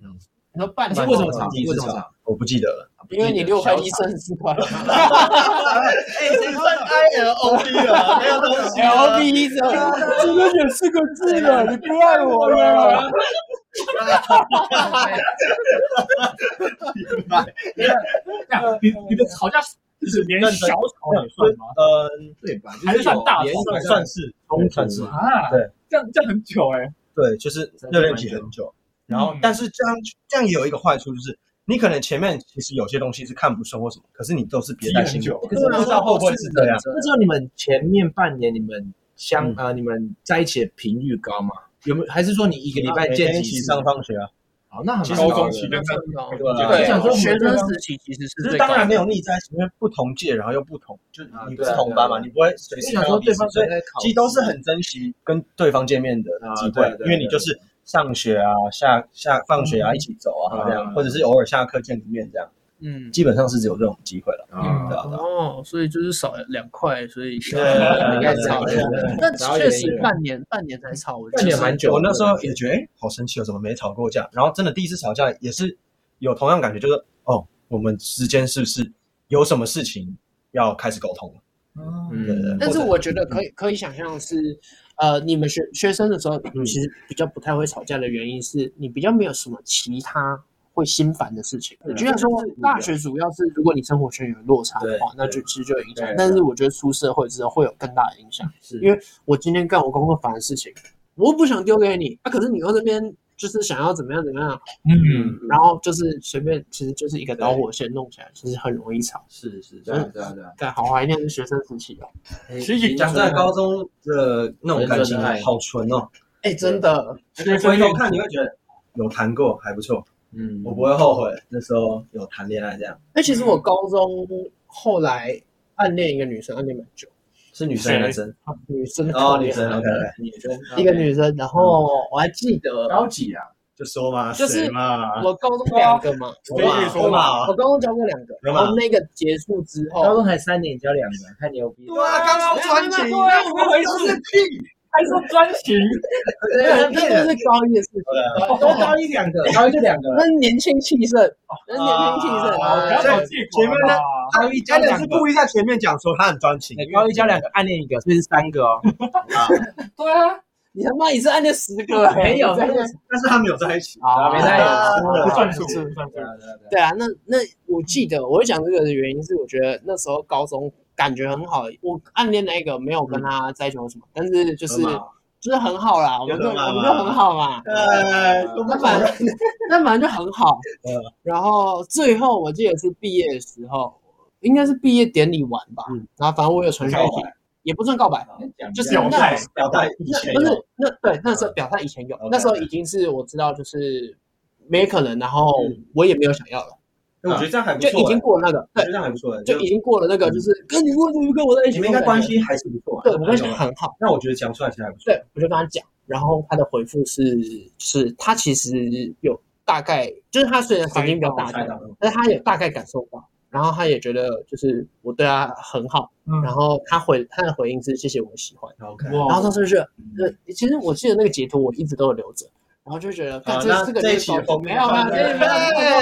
C: 你说半
D: 你
C: 年
D: 为什么吵
E: 第一
D: 为
E: 次
D: 什么
E: 吵，我不记得了。
C: 因为你六块一生日快乐
E: 哎，谁算 I L O B 了？没有东西啊 <laughs>
C: ，L B 一生，这个也是个字了，你不爱我了。
B: 这样你你的吵架就是连
E: 认真
B: 小吵也算吗？
E: 嗯，
D: 对吧？
B: 还是算大吵
E: 算算是算是
B: 啊？
E: 对，
B: 这样这样很久哎。
E: 对，就是热恋期很久。然后
B: 嗯，
E: 但是这样这样也有一个坏处，就是你可能前面其实有些东西是看不顺或什么，可是你都是啊憋在心里
B: 积很久，
E: 可是不知道会不会是这样。
D: 那时候你们前面半年你们相呃你们在一起的频率高吗？有没有？还是说你一个礼拜
E: 每
D: 见
E: 天一
D: 几
E: 起
D: 次？
E: 上放学啊，
D: 好，那很
E: 其实
D: 高
B: 高
D: 的
B: 中期间在
E: 对
D: 想说我们
C: 学生时期其实是
E: 只
C: 最
E: 是
C: 高
E: 当
C: 的
E: 然没有腻在一起，因为不同届，然后又不同，就是
D: 啊
E: 你不
D: 对啊
E: 是同班嘛，
D: 对啊
E: 你不会随
D: 就
E: 时
D: 想
E: 看
D: 说
E: 到
D: 对
E: 彼
D: 方
E: 此，所以
D: 在考，
E: 其实都是很珍惜跟对方见面的
D: 啊
E: 机会
D: 对，对
E: 因为你就是上学啊、下下放学啊一起走啊
D: 啊
E: 这样，或者是偶尔下课见个面这样，
C: 嗯，
E: 基本上是只有这种机会了，
D: 啊
E: 对啊对啊
C: 哦，所以就是少两块，所以
E: 对
D: 应该吵
E: 对对
D: 了
E: 对。
C: 但
D: 然后
C: 确
D: 也
C: 实半年半年才吵，我觉
D: 半
C: 得
D: 年蛮久的。
E: 我那时候也觉得，哎、好生气哦，怎么没吵过架？然后真的第一次吵架也是有同样感觉，就是哦，我们之间是不是有什么事情要开始沟通了？
B: 嗯，
E: 对
D: 嗯，
C: 但是我觉得可以可以想象是，呃，你们学学生的时候，其实比较不太会吵架的原因是你比较没有什么其他会心烦的事情。
D: 对
C: 就像说大学主要是如果你生活圈有落差的话，
E: 对
C: 那就其实就有影响
D: 对。
C: 但是我觉得出社会之后会有更大的影响。
D: 是
C: 因为我今天干我工作烦的事情，我不想丢给你，啊，可是你又这边就是想要怎么样怎么样，
B: 嗯，
D: 嗯
C: 然后就是随便，其实就是一个导火线弄起来，其实很容易吵。
D: 是是，对啊对啊对啊。
C: 但好怀念是学生时期哦。
D: 哎
B: 其实
E: 讲在高中的那种感情好纯哦，
C: 哎，真的，
B: 学
E: 回
B: 生
E: 头看你会觉得有谈过还不错，
D: 嗯，
E: 我不会后悔那时候有谈恋爱这样。
C: 那其实我高中后来暗恋一个女生，暗恋蛮久，
E: 是女生还是男生？
C: 女生
E: 哦，女生，OK，
D: 女生
C: 一个女生，然后我还记得
D: 高级啊，
E: 就说嘛，
C: 就是
E: 谁嘛，啊
C: 我高中两个嘛，
B: 我跟
D: 啊
B: 你说嘛
C: 我高啊中交过两个，
E: 有
C: 然
E: 吗
C: 后那个结束之后，
D: 高
A: 啊
D: 中才三年交两个，太牛逼了。
E: 对啊，刚说传情，
B: 对啊我们回事
E: 都是屁，
B: 还说专情，
C: 对，那都是高一的事情。哦
D: 都高一两个，高一就两个
C: 那
D: 了。
C: 是年轻气盛，那是年轻气盛
B: 不要
C: 啊！
B: 找借口
A: 前面那
B: 啊！
D: 高一加
A: 真的
D: 两
A: 是
D: 个，
A: 故意在前面讲说他很专情，
D: 对高一加两个暗恋一个，所以是三个
A: 嗯
D: 哦。
B: 对啊，
C: 你他妈一次按就十个欸，
D: 没有，
C: 对
D: 没有
A: 但是他没有在一起
D: 啊，没在
C: 啊
D: 有。
B: 不算数，
C: 不算数
B: 不算数。
C: 对啊，那那我记得我会讲这个的原因是，我觉得那时候高中感觉很好，我暗恋那个没有
A: 嗯
C: 跟他在一起或什么，但是就是就是很好啦，我们就
A: 就很好
C: 我
A: 嘛
C: 们就很好嘛，
A: 呃，都不
C: 那
A: <laughs>
C: 反正那反正就很好
A: 嗯。
C: 然后最后我记得是毕业的时候，应该是毕业典礼完吧，然后反正我有传
A: 嗯
C: 讯
A: 告
C: 息，也不算告白，就是
B: 表
C: 那
B: 态
A: 表态以
C: 那
A: 前
C: 不
A: 有嗯
C: 是那对那时候表态以前有
A: OK，
C: 那时候已经是我知道就是没可能，然后
A: 嗯
C: 我也没有想要了，
A: 我觉得这样还不
C: 就
A: 错，欸
C: 已经过了那个
A: 我
C: 对
A: 觉得。这样还不错，欸
C: 就已经过了那个，就是跟你问你不跟我在一起，
A: 你们应该关，系还是不错，欸
C: 对我关系很好。
A: 那我觉得讲出来其实还不错，
C: 对，我就跟他讲，然后他的回复是，是他其实有大概，就是他虽然反应比较大
A: 我猜到
C: 胆，
A: 了，
C: 但是他也大概感受到，然后他也觉得就是我对他很好，
B: 嗯
C: 然后他回他的回应是谢谢我喜欢，
A: OK，
B: 哇
C: 然后当时就是，呃，其实我记得那个截图我一直都有留着。然后就觉得，干
A: 好
C: 这
A: 那
C: 这个
A: 这一
C: 就是
A: 期
C: 搞
A: 的封面
C: 没有啊，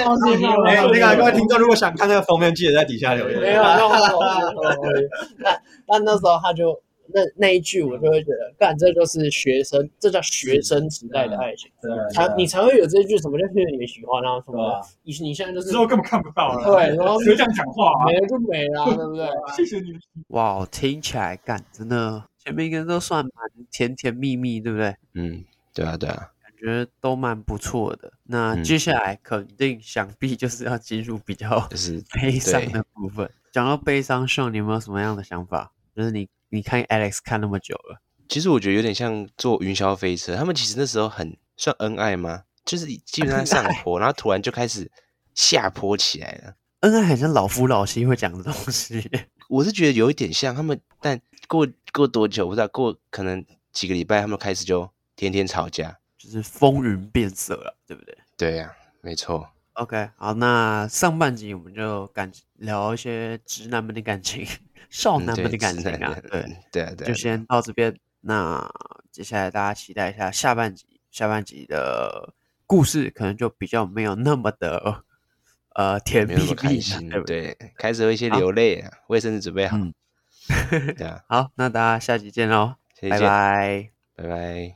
A: 放
C: 这
A: 在
C: 个没有没有没有没有没
A: 没
C: 有
A: 有那个各位听众，如果想看那个封面，记得在底下留言。
C: 没有，没有，没有，没有。那那那时候他就那那一句，我就会觉得，干，这就是学生，这叫学生时代的爱情，才你才会有这句什么叫学你喜欢啊什么的。你你现在就是
B: 之后根本看不到了。
C: 对然后
B: 谁这样讲话啊？
C: 没了就没了，对不对？
B: 谢谢你，
F: 哇，听起来干真的，前面应该都算蛮甜甜蜜蜜，对不对？
G: 嗯，对啊，对啊，
F: 感觉都蛮不错的。那
G: 嗯
F: 接下来肯定想必就是要进入比
G: <laughs>
F: 较
G: 就是
F: 悲伤的部分。讲到悲伤上，你有没有什么样的想法？就是你你看 Alex 看那么久了，
G: 其实我觉得有点像坐云霄飞车，他们其实那时候很算恩爱吗？就是基本上上坡，然后突然就开始下坡起来了。
F: 恩爱很像老夫老妻会讲的东西。
G: 我是觉得有一点像他们，但过过多久不知道，过可能几个礼拜，他们开始就天天吵架。
F: 就是风云变色了，对不对
G: 对呀、没错，
F: ？OK，好，那上半集我们就感聊一些直男们的感情、少
G: 嗯
F: 男们
G: 对
F: 的感
G: 直
F: 情
G: 男
F: 啊，
G: 的
F: 对，
G: 嗯对啊，对啊，
F: 就先到这边。那接下来大家期待一下下半集，下半集的故事可能就比较没有那么的呃甜
G: 没
F: 蜜
G: 有那么
F: 蜜
G: 开
F: 了
G: 心
F: 对，不对？
G: 对，开始有一些流泪啊，卫生纸准备好，
F: 嗯
G: 对啊，
F: 好，那大家下集见喽，
G: 谢谢
F: 拜，拜。
G: 拜拜。